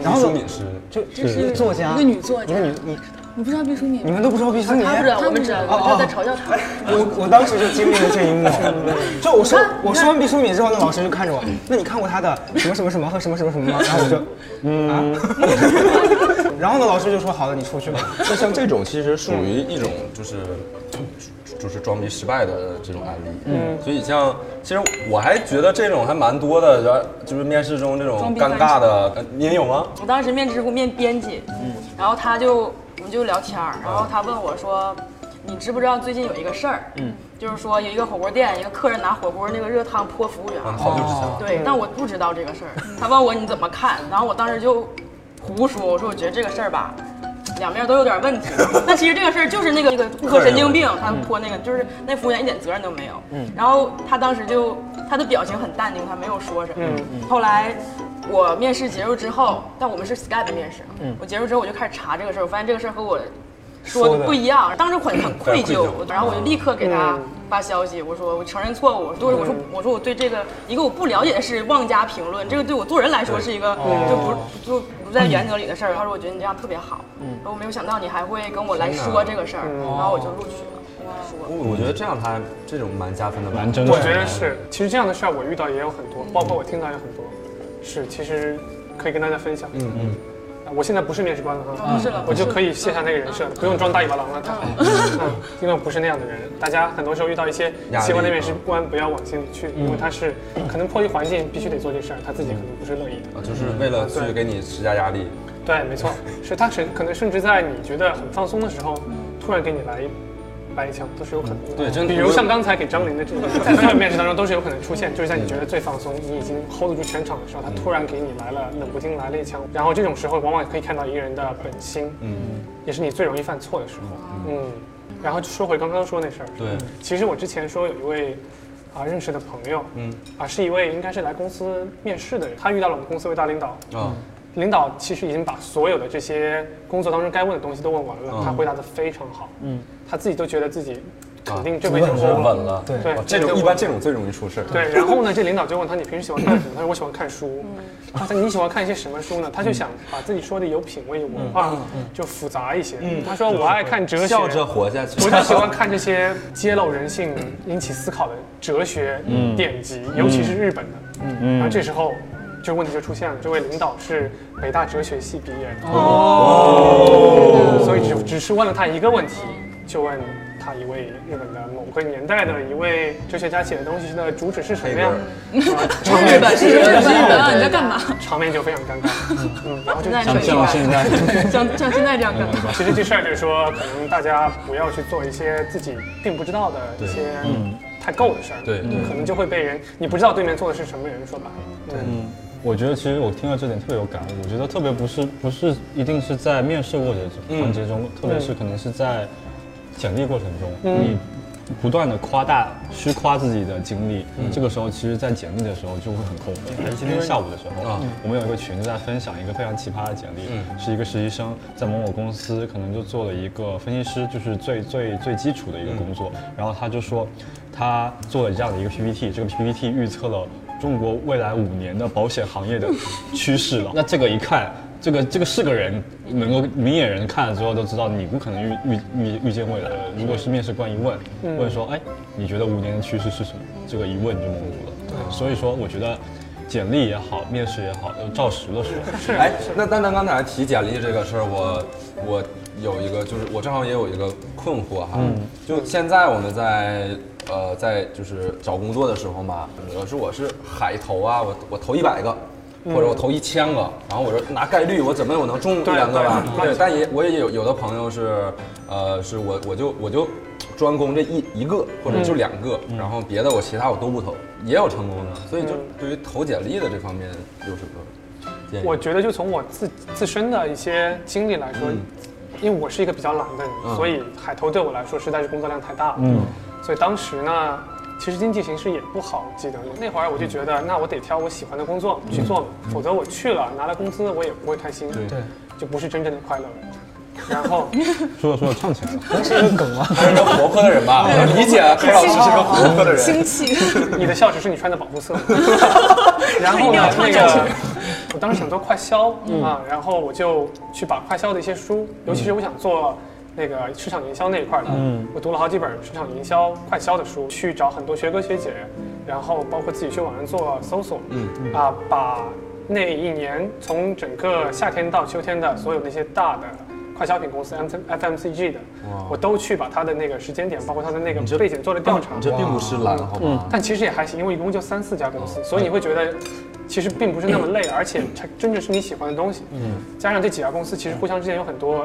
然后舒敏是就就是作家，一个女作家一个女，你你不知道毕淑敏你？们都不知道毕淑敏，他啊不知道，我们知道，哦他在嘲笑他。我我当时就经历了这一 <laughs> 幕，就我啊说我说完毕淑敏之后，那老师就看着我，那你看过他的什么什么什么和什么什么什么吗？然后我 <laughs> 就，嗯，啊，然 <laughs> 后呢，老师就说好的，你出去吧。那像这种其实属于一种就是就就是装逼失败的这种案例。嗯，所以像其实我还觉得这种还蛮多的，然后就是面试中这种装逼尴犯尬的，呃您有吗？我当时面试过面编辑，然后他就我们就聊天儿，然后他问我说：“你知不知道最近有一个事儿？嗯，就是说有一个火锅店，一个客人拿火锅那个热汤泼服务员。啊，早就知道了。对，但我不知道这个事儿。他问我你怎么看，然后我当时就胡说，我说我觉得这个事儿吧。两面都有点 <laughs> 问题，但其实这个事儿就是那 <laughs> 个那个顾客神经病，他泼那个就是那服务员一点责任都没有。然后他当时就他的表情很淡定，他没有说什么。后来我面试结束之后，但我们是 Skype 面试，我结束之后我就开始查这个事儿，我发现这个事儿和我嗯说说的的不一样，当时很很愧愧疚疚，然后我就立刻给他发消息，我说我承认错误，我就是我说我说我对这个一个我不了解的事妄加评论，这个对我做人来说是一个就不就不在原则里的事儿。他说我觉得你这样特别好，然后我没有想到你还会跟我来说这个事儿，然后我就录取了。说我我觉得这样他这种蛮加分的吧，蛮真我实觉得的。是，其实这样的事儿我遇到也有很多，包括我听到也很多，是其实可以跟大家分享。嗯嗯，我现在不是面试官了哈，哦嗯不是了哦我就可以卸下那个人设，不用装大尾巴狼了。他，嗯，因为我不是那样的人。大家很多时候遇到一些压力喜欢的面试官，不要往心里去，因为他是可能迫于环境必须得做这事儿，他自己可能不是乐意啊，的。就是为了去给你施加压力。对，没错，是他甚可能甚至在你觉得很放松的时候，突然给你来一来一枪，都是有可能的。嗯对真的比如像刚才给张琳 <laughs> 的这种，在所有面试当中都是有可能出现，就是在你觉得最放松，你已经 hold 得住全场的时候，他嗯突然给你来了冷不丁来了一枪，然后这种时候往往可以看到一个人的本心，嗯，也是你最容易犯嗯错的时候，嗯。然后就说回刚刚说那事儿，嗯对，其实我之前说有一位啊认识的朋友，嗯啊是一位应该是来公司面试的人，他遇到了我们公司一位大领导，啊，领导其实已经把所有的这些工作当中该问的东西都问完了，嗯他回答的非常好，嗯，他自己都觉得自己肯定这就辈子稳欧了，了。稳了，对对哇这这种个一般这种最容易出事。对，然后呢，这领导就问他你平时喜欢看什么？ <laughs> 他说我喜欢看书。他说你喜欢看一些什么书呢？他就想嗯把自己说的有品位、有文化，就复杂一些。他说我爱看哲学，嗯笑着活下去。我就喜欢看这些揭露人性、引起思考的哲学典籍，尤其是日本的。然后这时候，这问题就出现了。这位领导是北大哲学系毕业的，哦，所以只只是问了他一个问题，就问他一位日本的某个年代的一位哲学家写的东西的主旨是什么呀？ <laughs> 啊场日面本是日本，你在干嘛？场面就非常尴尬。嗯，然后就现在这个意像外现在，像像现在这样干嘛？其实这事儿就是说，可能大家不要去做一些自己并不知道的一些太够的事儿，嗯对对可能就会被人你不知道对面坐的是什么人，说白了，嗯， <laughs> 我觉得其实我听到这点特别有感悟。我觉得特别不是不是一定是在面试过程中环节中，特别是可能是在简历过程中，你不断的夸大虚夸自己的经历，这个时候其实，在简历的时候就会很扣分。今天下午的时候啊，我们有一个群就在分享一个非常奇葩的简历，嗯是一个实习生在某某公司可能就做了一个分析师，就是最最最基础的一个工作。然后他就说，他做了这样的一个 PPT，这个 PPT 预测了中国未来五年的保险行业 <laughs> 的趋势了。那这个一看。这个这个是个人能够明眼人看了之后都知道你不可能预预预预见未来的。如果是面试官一问，问说，哎，你觉得五年的趋势是什么？这个一问你就懵住了。所以说，我觉得简历也好，面试也好，都照实的说。哎，那丹丹刚才提简历这个事儿，我我有一个，就是我正好也有一个困惑哈，嗯就现在我们在呃在就是找工作的时候嘛，我说我是海投啊，我我投一百个。嗯或者我投一千个，然后我说拿概率，我怎么我能中一对两个吧？对对，但也我也有有的朋友是，呃，是我我就我就专攻这一一个或者就嗯两个，然后别的我其他我都不投，也有成功的，所以就嗯对于投简历的这方面有什么建议？我觉得就从我自自身的一些经历来说，因为我是一个比较懒的人，嗯所以海投对我来说实在是工作量太大了，所以当时呢，其实经济形势也不好，记得那会儿我就觉嗯得，那我得挑我喜欢的工作去做，否则我去了拿了工资我也不会开心，对对，就不是真正的快乐了。然后。说着说着唱起来了。这是一个梗啊。他是一个活泼的人吧？我理解黑老师是个活泼的人。兴起，你的笑只是你穿的保护色。然后呢，那个， <laughs> 我当时想做快销啊，然后我就去把快销的一些书，尤其是我想做。那个市场营销那一块的，我读了好几本市场营销、快销的书，去找很多学哥学姐，然后包括自己去网上做搜索，嗯啊，把那一年从整个夏天到秋天的所有那些大的快消品公司 FMCG 的，我都去把它的那个时间点，包括它的那个背景做了调查。你这并不是懒，好嗯吗？但其实也还行，因为一共就三四家公司，所以你会觉得其实并不是那么累，而且它真正是你喜欢的东西。嗯，加上这几家公司其实互相之间有很多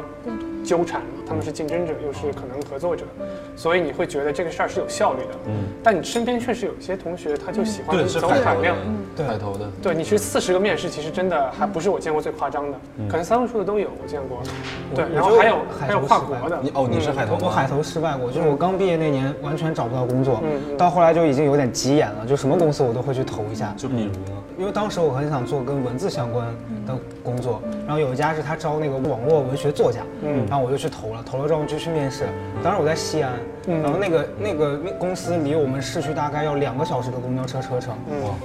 纠缠，他们是竞争者，又是可能合作者，所以你会觉得这个事儿是有效率的。嗯，但你身边确实有一些同学，他就喜欢对，是走海嗯海投量的。，海投的。对，你去四十个面试，其实真的还不是我见过最夸张的，嗯可能三位数的都有，我见过。对，然后还有我就还有跨国的，嗯你哦，你是海投我海吗？投失败过，就是我刚毕业那年完全找不到工作嗯嗯，到后来就已经有点急眼了，就什么公司我都会去投一下。就比如呢？因为当时我很想做跟文字相关的工作，然后有一家是他招那个网络文学作家，然后我就去投了，投了之后就去面试。当时我在西安，然后那个那个公司离我们市区大概要两个小时的公交车车程，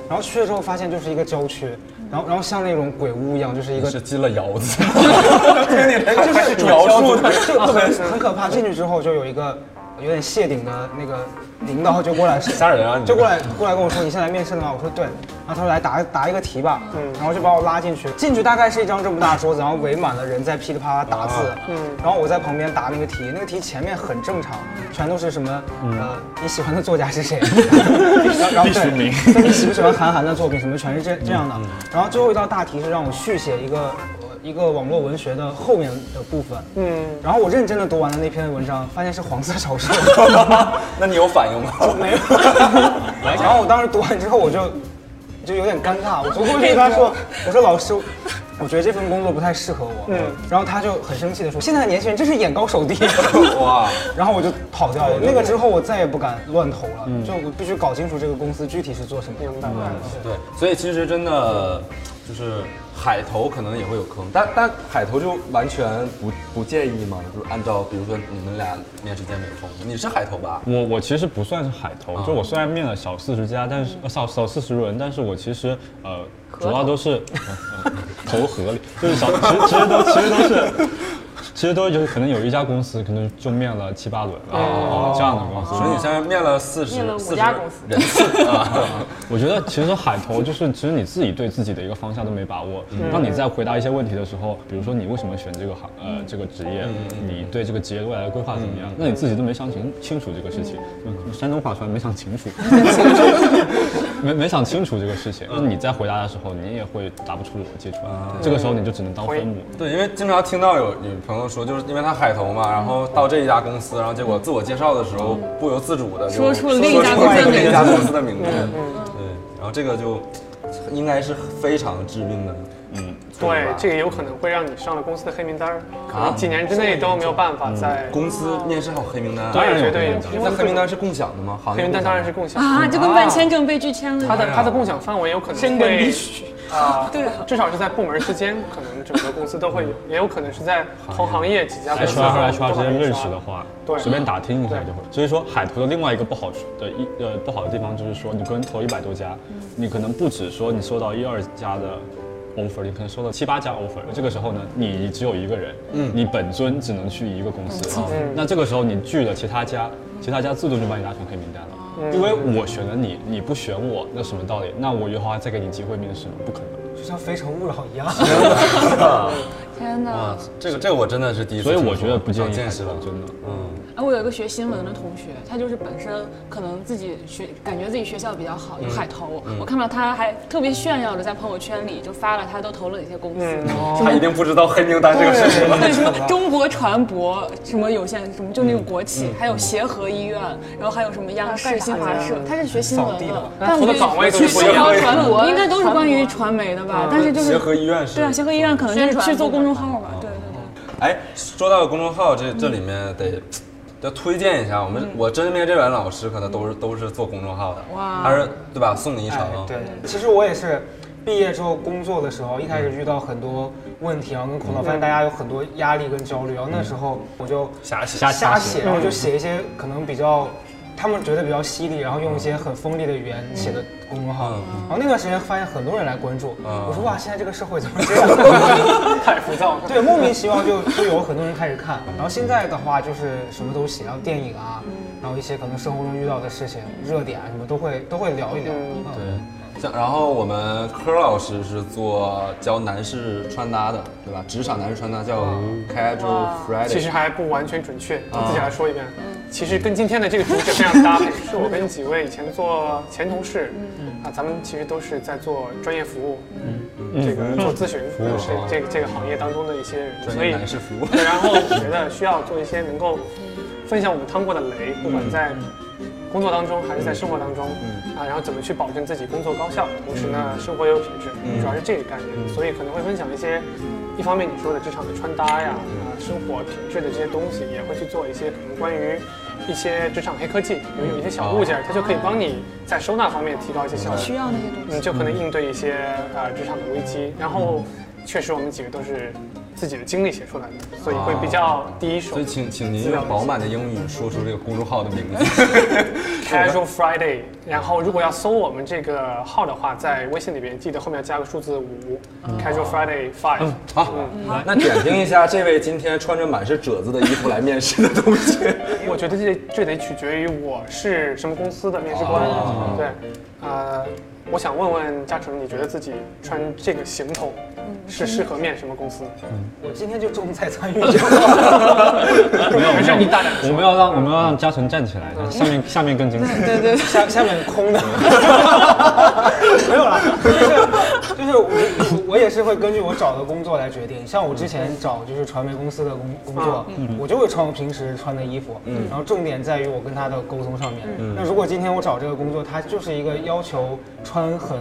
然后去了之后发现就是一个郊区，然后然后像那种鬼屋一样，就是一个是进了窑 <laughs> 子。听你这个 <laughs> 是描述的，就特别很可怕。进去之后就有一个有点谢顶的那个领导就 <laughs> 过来说，吓人啊！你就过来过来跟我说你现在面试的吗？我说对，然后他说来答答一个题吧，然后就把我拉进去，进去大概是一张这么大的桌子，然后围满了人在噼里啪啦打字，然后我在旁边答那个题，那个题前面很正常，全都是什么呃你喜欢的作家是谁，然后必须名对，对你喜不喜欢韩寒的作品什么全是这这样的，然后最后一道大题是让我续写一个呃一个网络文学的后面的部分，嗯，然后我认真的读完了那篇文章，发现是黄色小说。那你有反应吗？没有。 <laughs> <laughs> 然后我当时读完之后，我就就有点尴尬，我走过去跟他说：“我说老师，我觉得这份工作不太适合我。嗯然后他就很生气的说：“现在的年轻人真是眼高 <laughs> 手低。哇，”然后我就跑掉了。那个之后，我再也不敢乱投了，就我必须搞清楚这个公司具体是做什么。嗯嗯明白对，所以其实真的就是海投可能也会有坑，但但海投就完全不不建议嘛，就是按照比如说你们俩面试间没有冲突，你是海投吧？我我其实不算是海投，就我虽然面了小四十家，但是呃小小四十轮，但是我其实呃主要都是、呃呃投河里，就是小其实其实都其实都是。其实都有可能有一家公司可能就面了七八轮啊、这样的公司，所以你现在面了四十嗯面了五四十家公司人次啊，我觉得其实海投就是，其实你自己对自己的一个方向都没把握。当你在回答一些问题的时候，比如说你为什么选这个行呃这个职业，你对这个职业未来的规划怎么样，那你自己都没想清清楚这个事情。嗯山东话说没想清楚，没 <laughs> 没想清楚这个事情。那你在回答的时候，你也会答不出逻辑出来。这个时候你就只能当分母。对，因为经常听到有有朋友说，就是因为他海投嘛，然后到这一家公司，然后结果自我介绍的时候不由自主的嗯说出了另一家公司的另一家名字嗯公司的名字，对，然后这个就应该是非常致命的，嗯，对吧，这个有可能会让你上了公司的黑名单儿，可啊嗯能几年之内都没有办法在。公司面试还有黑名单，当然有绝对有黑名单，因为那黑名单是共享的吗？行黑业名单当然共是共享啊，就跟办签证被拒签了。它的它的共享范围有可能深根会 <laughs> 必须啊，对啊至少是在部门之间，可能整个公司都会有，也有可能是在同行业几家公司 HR 和 HR 都之会间有认识的话，对随便打听一下就会。所以说，海投的另外一个不好处的一呃不好的地方就是说，你可能投一百多家，你可能不止说你收到一二家的 offer，你可能收到七八家 offer。这个时候呢，你只有一个人，嗯你本尊只能去一个公司，啊那这个时候你拒了其他家，其他家自动就把你拉成黑名单了。因为我选了你，你不选我，那什么道理？那我以后还再给你机会面试吗？不可能。就像《非诚勿扰》一样。天哪！啊这个这个我真的是第一次所听以说，我觉得不建长议海见识了嗯投，，真的。哎，我有一个学新闻的同学，他就是本身可能自己学，感觉自己学校比较好，有海投。我看到他还特别炫耀的在朋友圈里就发了他都投了哪些公司，哦 <laughs> 他一定不知道黑名单这个事情。对，什么中国船舶什么有限，什么就那个国企，还有协和医院，然后还有什么央视、新华社，他是学新闻地的吧的，但我投的觉得岗 <laughs> 位都去是不一中样国的船舶应该都是关啊于传媒的吧，但是就是协和医院是对啊，协和医院可能就是宣传去做部门公众号吧，对对对，哎，说到公众号，这这里面嗯得要推荐一下，我们我身边这位老师可能都是都是做公众号的，哇他是对吧？送你一程哎，，对，其实我也是毕业之后工作的时候，一开始遇到很多问题，然后跟苦恼，嗯发现大家有很多压力跟焦虑，然后那时候我就瞎写瞎瞎写，嗯然后就写一些可能比较。他们觉得比较犀利，然后用一些很锋利的语言写的公众号，然后那段时间发现很多人来关注，我说哇，现在这个社会怎么这样？嗯 <laughs> 太浮躁了。对，莫名其妙就就有很多人开始看。然后现在的话就是什么都写，然后电影嗯啊，然后一些可能生活中遇到的事情、热点啊什么都会都会聊一聊。嗯对。像然后我们柯老师是做教男士穿搭的，对吧？职场男士穿搭叫 Casual Friday，其实还不完全准嗯确，我自己来说一遍。其实跟今天的这个主旨非 <laughs> 常搭配，是我跟几位以前做前同事，啊，咱们其实都是在做专业服务，嗯这个做咨询，是这个这个行业当中的一些人，所专以业男士服务。对，然后我觉得需要做一些能够分享我们趟过的雷，不管在工作当中还是在生活当中，啊，然后怎么去保证自己工作高效，同时呢，生活也有品质，主要是这个概念。所以可能会分享一些，一方面你说的职场的穿搭呀，啊，生活品质的这些东西，也会去做一些可能关于。一些职场黑科技，比如有一些小物件，它就可以帮你在收纳方面提高一些效率。需啊要那些东嗯，西。就可能应对一些呃职场的危机。嗯然后，确实我们几个都是自己的经历写出来的，所以会比啊较第一手所以。请请您用饱满的英语说出这个公众号的名字。 <laughs> Casual Friday，然后如果要搜我们这个号的话，在微信里边记得后面要加个数字五，Casual 嗯 Friday Five。好，那点评一下这位今天穿着满是褶子的衣服来面试的同学。我觉得这这得取决于我是什么公司的面试官。哦对，呃，我想问问嘉诚，你觉得自己穿这个行头是适合面什么公司？我今天就重在参与 <laughs> 这个。 <laughs> 没有没有，你大胆我们要让我们要让嘉诚站起来， <laughs> 下面下面更精彩。对对 <laughs> 对，下下面空 <laughs> 的，没有啦，就是就是我我也是会根据我找的工作来决定。像我之前找就是传媒公司的工工作，嗯我就会穿我平时穿的衣服，然后重点在于我跟他的沟通上面。嗯那如果今天我找这个嗯工作，他就是一个要求穿很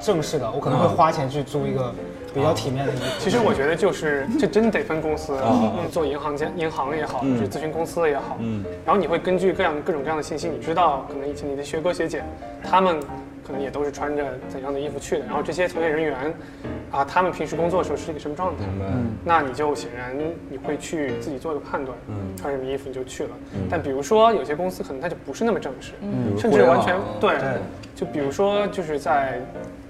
正式的，我可能会花钱去租一个比较体面的一个。其实我觉得就是这真得分公司，嗯做银行家、银行也好，就是咨询公司也好，嗯，然后你会根据各样各种各样的信息，你知道可能以前你的学哥学姐，他们可能也都是穿着怎样的衣服去的，然后这些从业人员，啊，他们平时工作的时候是一个什么状态，明白。那你就显然你会去自己做一个判断，穿什么衣服你就去了。但比如说有些公司可能它就不是那么正式，啊甚至完全比如互对，就比如说就是在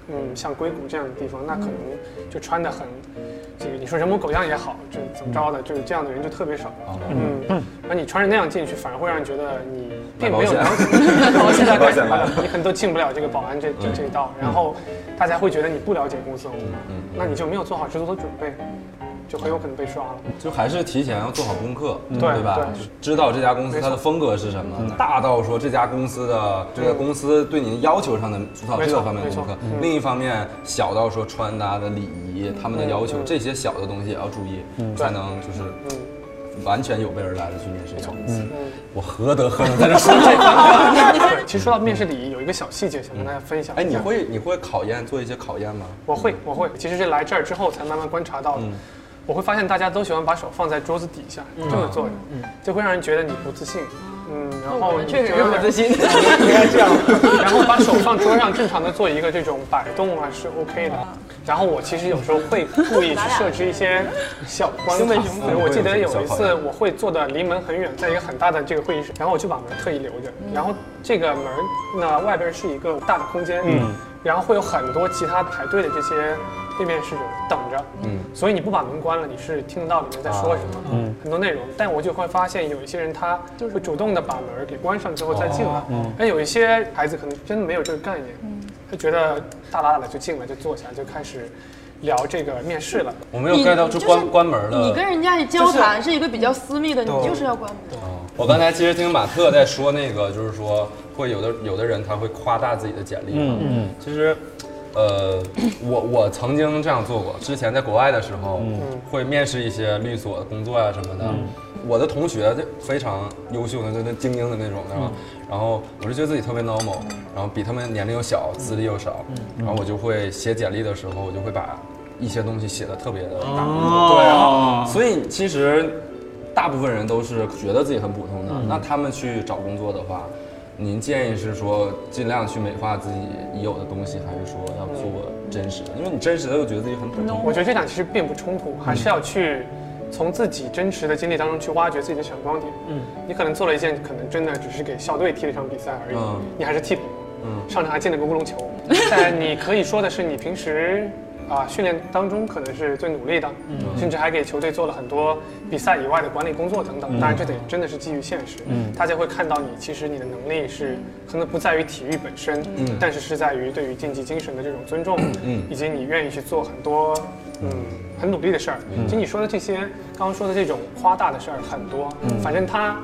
嗯像硅谷这样的地方，那可能就穿的很。这个你说人模狗样也好，就怎么着的，就是这样的人就特别少。啊哦嗯，而你穿着那样进去，反而会让人觉得你并没有买了保解险，买保险 <laughs> 保险来了你可能都进不了这个保安这这这一道，然后大家会觉得你不了解公司嗯文化，那你就没有做好十足的准备，就很有可能被刷了。就还是提前要做好功课，嗯对吧？对嗯就知道这家公司它的风格是什么，大到说这家公司的这个公司对你要求上的主导没这错个方面的功课没错，嗯另一方面小到说穿搭的礼仪、他们的要求，这些小的东西也要注意，才能就是嗯。完全有备而来的去面试一家公司。嗯我何德何能在这说 <laughs> 这个？对，其实说到面试礼仪，有一个小细节想跟大家分享一下。哎，你会你会考验做一些考验吗？我会，我会。其实是来这儿之后才慢慢观察到的。我会发现大家都喜欢把手放在桌子底下这么做，嗯就会让人觉得你不自信。嗯，然后你确实就不是 <laughs> 自信。 <laughs> 然后把手放桌上，正常的做一个这种摆动啊是 OK 的。然后我其实有时候会故意去设置一些小关卡，对我记得有一次我会坐的离门很远，在一个很大的这个会议室，然后我就把门特意留着。然后这个门那外边是一个大的空间，嗯，然后会有很多其他排队的这些对面试者等着，嗯，所以你不把门关了，你是听得到里面在说什么，嗯，很多内容。但我就会发现有一些人他会主动的把门给关上之后再进来，但有一些孩子可能真的没有这个概念，他觉得大喇喇的就进来就坐下就开始聊这个面试了，我没有 get 到就关关门了。你跟人家交谈是一个比较私密的，你就是要关门。我刚才其实听马特在说那个，就是说会有的有的人他会夸大自己的简历嘛，嗯，其实。呃，我我曾经这样做过。之前在国外的时候，会面试一些律所的工作啊呀、什么的。我的同学就非常优秀的，就那精英的那种，对吧？然后我就觉得自己特别 normal，然后比他们年龄又小，资历又少，然后我就会写简历的时候，我就会把一些东西写的特别的大，对啊，哦所以其实大部分人都是觉得自己很普通的。那他们去找工作的话，您建议是说尽量去美化自己已有的东西，还是说要做真实的？因为你真实的又觉得自己很普通。我觉得这两其实并不冲突，还是要去从自己真实的经历当中去挖掘自己的闪光点。嗯，你可能做了一件可能真的只是给校队踢了一场比赛而已，嗯你还是替补，上场还进了个乌龙球。但你可以说的是，你平时。啊，训练当中可能是最努力的，甚至还给球队做了很多比赛以外的管理工作等等。当然，这得真的是基于现实，大家会看到你其实你的能力是可能不在于体育本身，但是是在于对于竞技精神的这种尊重，以及你愿意去做很多嗯，很努力的事儿。其实你说的这些，刚刚说的这种夸大的事儿很多，反正他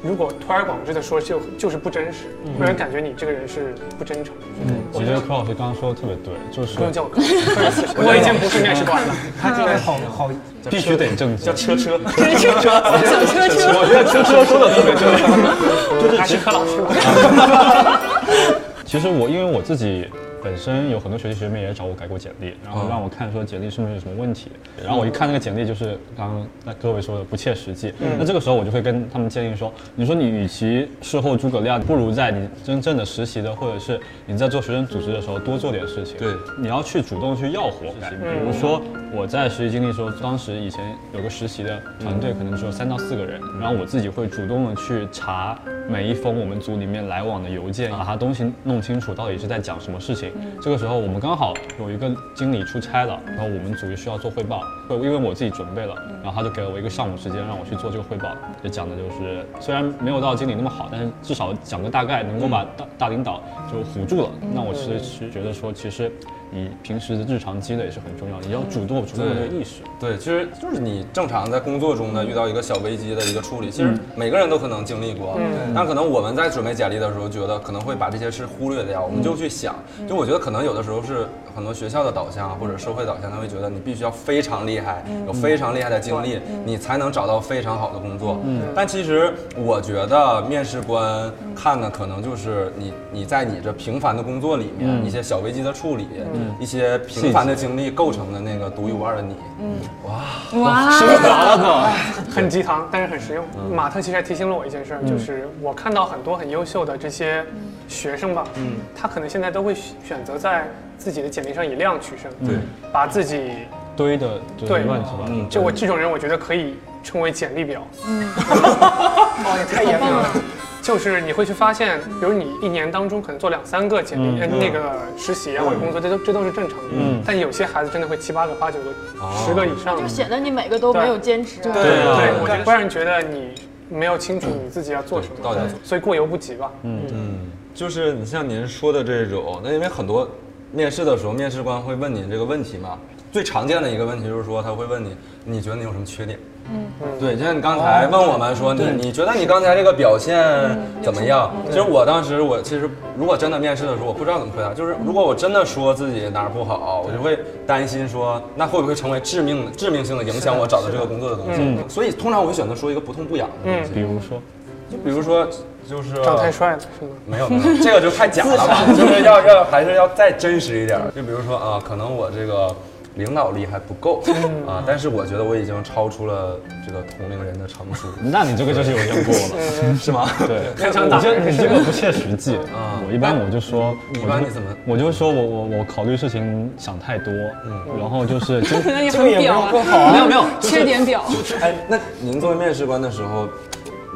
如果推而广之的说，就就是不真实，会让人感觉你这个人是不真诚。嗯我觉得柯老师刚刚说的特别对，就是不用叫 <laughs> 我哥，我已经不是面试 <laughs> 官了。他这个好嗯好必须得正经。车车，小车车。我觉得车车说的特别对，就是还其是实柯老师吧，其实我因为我自己本身有很多学弟学妹也找我改过简历，然后让我看说简历是不是有什么问题。然后我一看那个简历，就是刚刚那各位说的不切实际。那这个时候我就会跟他们建议说，你说你与其事后诸葛亮，不如在你真正的实习的或者是你在做学生组织的时候多做点事情。对你要去主动去要活该。比如说我在实习经历的时候，当时以前有个实习的团队，可能只有三到四个人，然后我自己会主动的去查每一封我们组里面来往的邮啊件，把它东西弄清楚到底是在讲什么事嗯情。这个时候我们刚好有一个经理出差了，然后我们组也需要做汇报，会因为我自己准备了，嗯然后他就给了我一个上午时间让我去做这个汇报，也讲的就是虽然没有到经理那么好，但是至少讲个大概，能够把嗯大大领导就唬住了。那我其实是觉得说，其实你平时的日常积累是很重要，你要主动有主动的这个意识。对，其实就是你正常在工作中呢遇到一个小危机的一个处理，其实每个人都可能经历过，但可能我们在准备简历的时候，觉得可能会把这些事忽略掉，我们就去想，就我觉得可能有的时候是很多学校的导向啊或者社会导向，他会觉得你必须要非常厉害，有非常厉害的经历，你才能找到非常好的工作。嗯，但其实我觉得面试官看的可能就是你你在你这平凡的工作里面一些小危机的处理，一些平凡的经历构成的那个独一无二的你。哇，很鸡汤，但是很实用。马特其实还提醒了我一件事儿，就是我看到很多很优秀的这些学生吧，嗯，他可能现在都会选选择在自己的简历上以量取胜，对，把自己堆的就是对乱七八糟。嗯，就我这种人，我觉得可以称为简历表，哦，也太严格啊了。 <laughs> 就是你会去发现，比如你一年当中可能做两三个简历，呃那个实习啊或者工作，这都这都是正常的。嗯，但有些孩子真的会七八个、八九个、十个以上的就。显得你每个都没有坚持、啊。对啊对，我就会让人觉得你没有清楚你自己要做什么，到底要做所以过犹不及吧。嗯，就是你像您说的这种，那因为很多面试的时候，面试官会问您这个问题嘛。最常见的一个问题就是说，他会问你，你觉得你有什么缺点？嗯，对，就像你刚才问我们说，你你觉得你刚才这个表现怎么样？其实我当时我其实如果真的面试的时候，我不知道怎么回答。就是如果我真的说自己哪儿不好，我就会担心说，那会不会成为致命致命性的影响我找到这个工作的东西？所以通常我会选择说一个不痛不痒的东西，比如说，就比如说就是长太帅了是吗？没有没有，这个就太假了吧， <laughs> 就是要要还是要再真实一点儿。就比如说啊，可能我这个领导力还不够嗯啊，但是我觉得我已经超出了这个同龄人的成熟。嗯那你这个就是有点过了，是吗？对，你这你这个不切实际。我一般我就说，一我般就啊你怎么我就说我我我考虑事情想太多，嗯然后就是 <laughs> 真那你很表啊，没有没有，缺点表。哎，那您作为面试官的时候，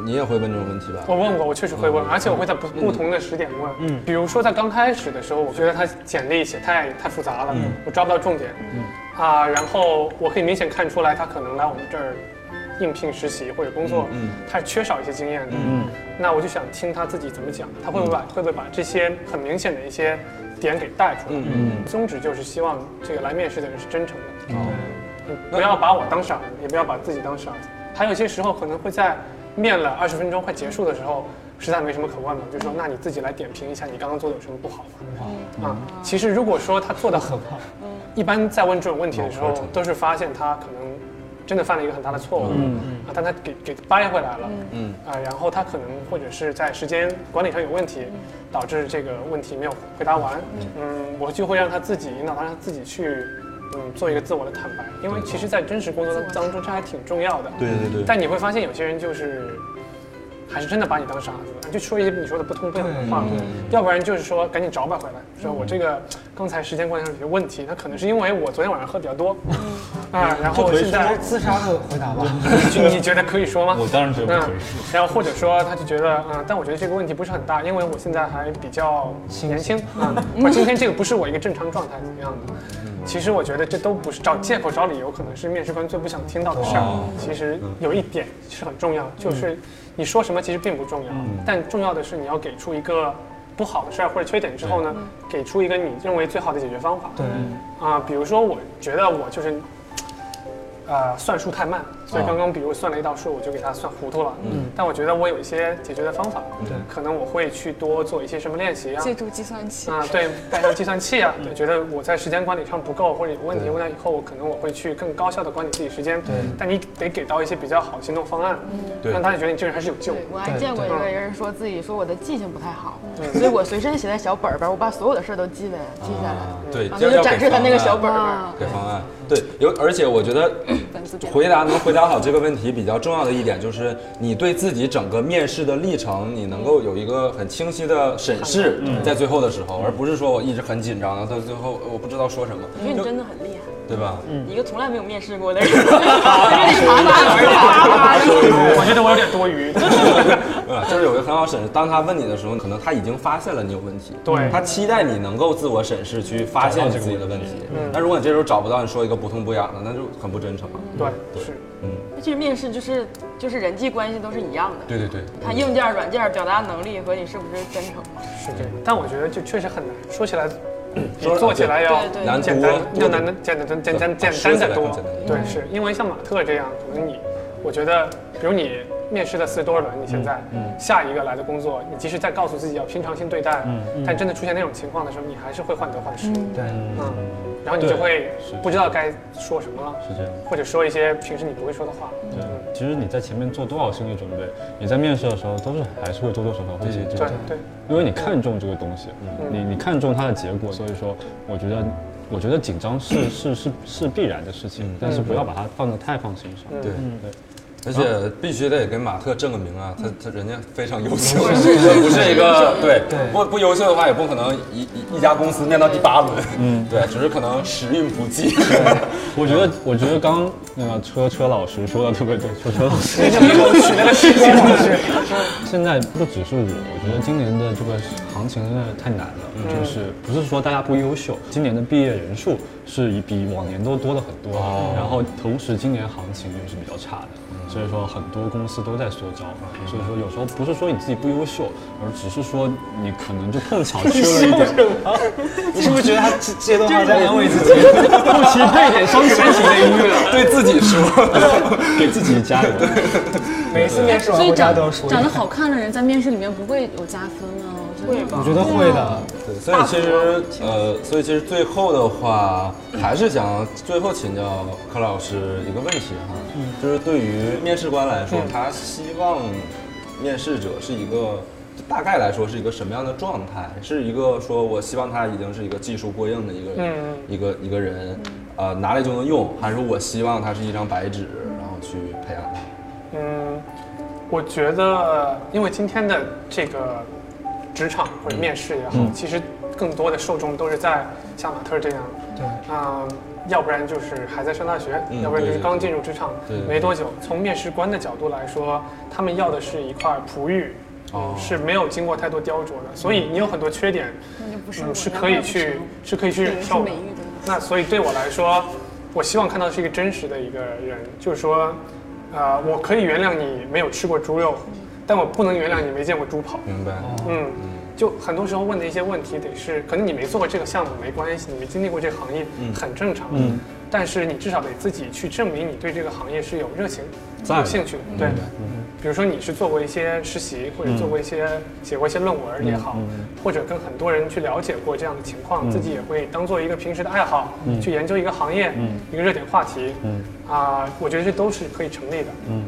你也会问这种问题哦吧？我问过，我确实会问，而且我会在不不同的时点问。嗯，比如说在刚开始的时候，我觉得他简历写太太复杂了，我抓不到重点。啊，然后我可以明显看出来，他可能来我们这儿应聘实习或者工作，他是缺少一些经验的。嗯，那我就想听他自己怎么讲，他会不会把会不会把这些很明显的一些点给带出来？嗯，哦宗旨就是希望这个来面试的人是真诚的。你不要把我当傻子，也不要把自己当傻子。还有些时候可能会在面了二十分钟快结束的时候，实在没什么可问了，就说那你自己来点评一下你刚刚做的有什么不好嘛？啊，其实如果说他做的很好，一般在问这种问题的时候，都是发现他可能真的犯了一个很大的错误，啊，但他给给掰回来了，嗯啊，然后他可能或者是在时间管理上有问题，导致这个问题没有回答完，嗯，我就会让他自己引导他自己去。嗯，做一个自我的坦白，因为其实，在真实工作当中，这还挺重要的。对对对。但你会发现，有些人就是还是真的把你当傻子，就说一些你说的不痛不痒的话，要不然就是说赶紧找吧回来，说我这个刚才时间观念上有些问题，那可能是因为我昨天晚上喝比较多，啊，然后现在自杀的回答 <laughs> 吧。你你觉得可以说吗？我当然觉得不可以嗯说。然后或者说他就觉得，嗯，但我觉得这个问题不是很大，因为我现在还比较年轻啊，我今天这个不是我一个正常状态怎么样的。其实我觉得这都不是找借口找理由，可能是面试官最不想听到的事儿。其实有一点是很重要，就是你说什么其实并不重要，但重要的是你要给出一个不好的事儿或者缺点之后呢，给出一个你认为最好的解决方法。对，啊，比如说我觉得我就是，呃，算数太慢，所以刚刚比如算了一道数，我就给它算糊涂了。啊嗯，但我觉得我有一些解决的方法，对，可能我会去多做一些什么练习啊。借助计算器，啊，对，带上计算器啊，对，觉得我在时间管理上不够或者有问题，那以后我可能我会去更高效的管理自己时间。对，但你得给到一些比较好的行动方案，让大家觉得你这个人还是有救。我还见过一个人说自己说我的记性不太好，所以我随身写在小本儿本儿，我把所有的事儿都记在记下来，啊啊对，然后要啊就要展给示他那个小方案本儿本儿。给方案。对，有而且我觉得文字回答能回答好这个问题比较重要的一点就是，你对自己整个面试的历程，你能够有一个很清晰的审视，在最后的时候，而不是说我一直很紧张，然后到最后我不知道说什么，我觉得你真的很厉害，对吧？ <laughs> 一个从来没有面试过的人，在这里爬爬爬爬爬爬。我觉得我有点多余。啊，就是有一个很好审视。当他问你的时候，可能他已经发现了你有问题，对他期待你能够自我审视，去发现你自己的问题。那如果你这时候找不到，你说一个不痛不痒的，那就很不真诚了。对，是。其实面试就是就是人际关系都是一样的，对对对，看硬件、软件、表达能力和你是不是真诚。是这样，但我觉得就确实很难，说起来比说做起来要对对难简多单了，要难的简单简单简说单起来得多更简单。对，是因为像马特这样，可能你，我觉得，比如你面试了四十多轮，你现在下一个来的工作，你即使再告诉自己要平常心对待，但真的出现那种情况的时候，你还是会患得患失，对，嗯，然后你就会不知道该说什么了，是这样。或者说一些平时你不会说的话，对，其实你在前面做多少心理准备，你在面试的时候都是还是会多多少少会紧对张，对，因为你看重这个东西，嗯你你看重它的结果，所以说我觉得。我觉得紧张是是是是必然的事情，嗯但是不要把它放得太放心上。对对，而且必须得给马特证个名啊，他他人家非常优秀， <laughs> 不是一个对不不优秀的话，也不可能一一一家公司念到第八轮，嗯，对，只是可能时运不济，我觉得我觉得刚那个车车老师说的特别对，车车老师。 <laughs> 现在不只是我，我觉得今年的这个行情真的太难了，就是不是说大家不优秀，今年的毕业人数是比往年都多了很多，然后同时今年行情又是比较差的，所以说很多公司都在缩招，所以说有时候不是说你自己不优秀，而只是说你可能就碰巧缺了一点，你是不是觉得他这这些都 <laughs> <laughs> 还在安慰自己？不匹配一点伤心情的音乐，对自己说， <laughs> 给自己加油。每次面试所完以回家长都要说一长得遍，好看的人在面试里面不会有加分啊，我觉得。我觉得会的。对，所以其实呃，所以其实最后的话，还是想最后请教柯老师一个问题哈，就是对于面试官来说，他希望面试者是一个。大概来说是一个什么样的状态？是一个说我希望他已经是一个技术过硬的一个人，嗯一个一个人，呃，拿来就能用，还是我希望他是一张白纸，然后去培养他？嗯，我觉得，因为今天的这个职场或者面试也好，嗯其实更多的受众都是在像马特这样，对，嗯，要不然就是还在上大学，嗯要不然就是对刚进入职场对对对没多久。从面试官的角度来说，他们要的是一块璞玉。哦是没有经过太多雕琢的，所以你有很多缺点，那就不是嗯我是那可以不是去我是可以去对忍是受的美育的。那所以对我来说，我希望看到的是一个真实的一个人，就是说，呃，我可以原谅你没有吃过猪嗯肉，但我不能原谅你没见过猪跑。明白？嗯，就很多时候问的一些问题，得是可能你没做过这个项目没关系，你没经历过这个行业，很正常。嗯，但是你至少得自己去证明你对这个行业是有热情、在有的兴趣的。对，比如说你是做过一些实习，或者做过一些、写过一些论文也好，或者跟很多人去了解过这样的情况，自己也会当做一个平时的爱好、去研究一个行业、一个热点话题。嗯，啊、我觉得这都是可以成立的。嗯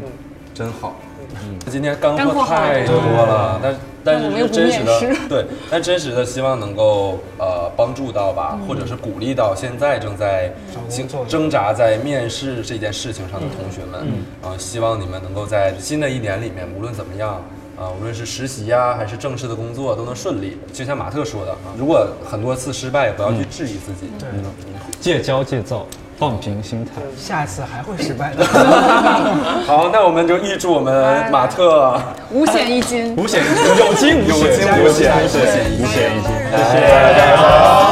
真好。嗯，今天干干货货好太多嗯了，但但但是我们又是不真实面的试，对，但真实的希望能够呃帮助到吧，嗯或者是鼓励到现在正在工作的挣扎在面试这件事情上嗯的同学们，啊，希望你们能够在新的一年里面，无论怎么样。啊，无论是实习呀、还是正式的工作，都能顺利。就像马特说的啊，如果很多次失败，也不要去质疑自己。嗯对，嗯戒骄戒躁，放平心态。下次还会失败的。好，那我们就预祝我们马特五险一金。 <laughs> 有惊无险，有惊无险，有惊无险，有险一金。谢谢大家。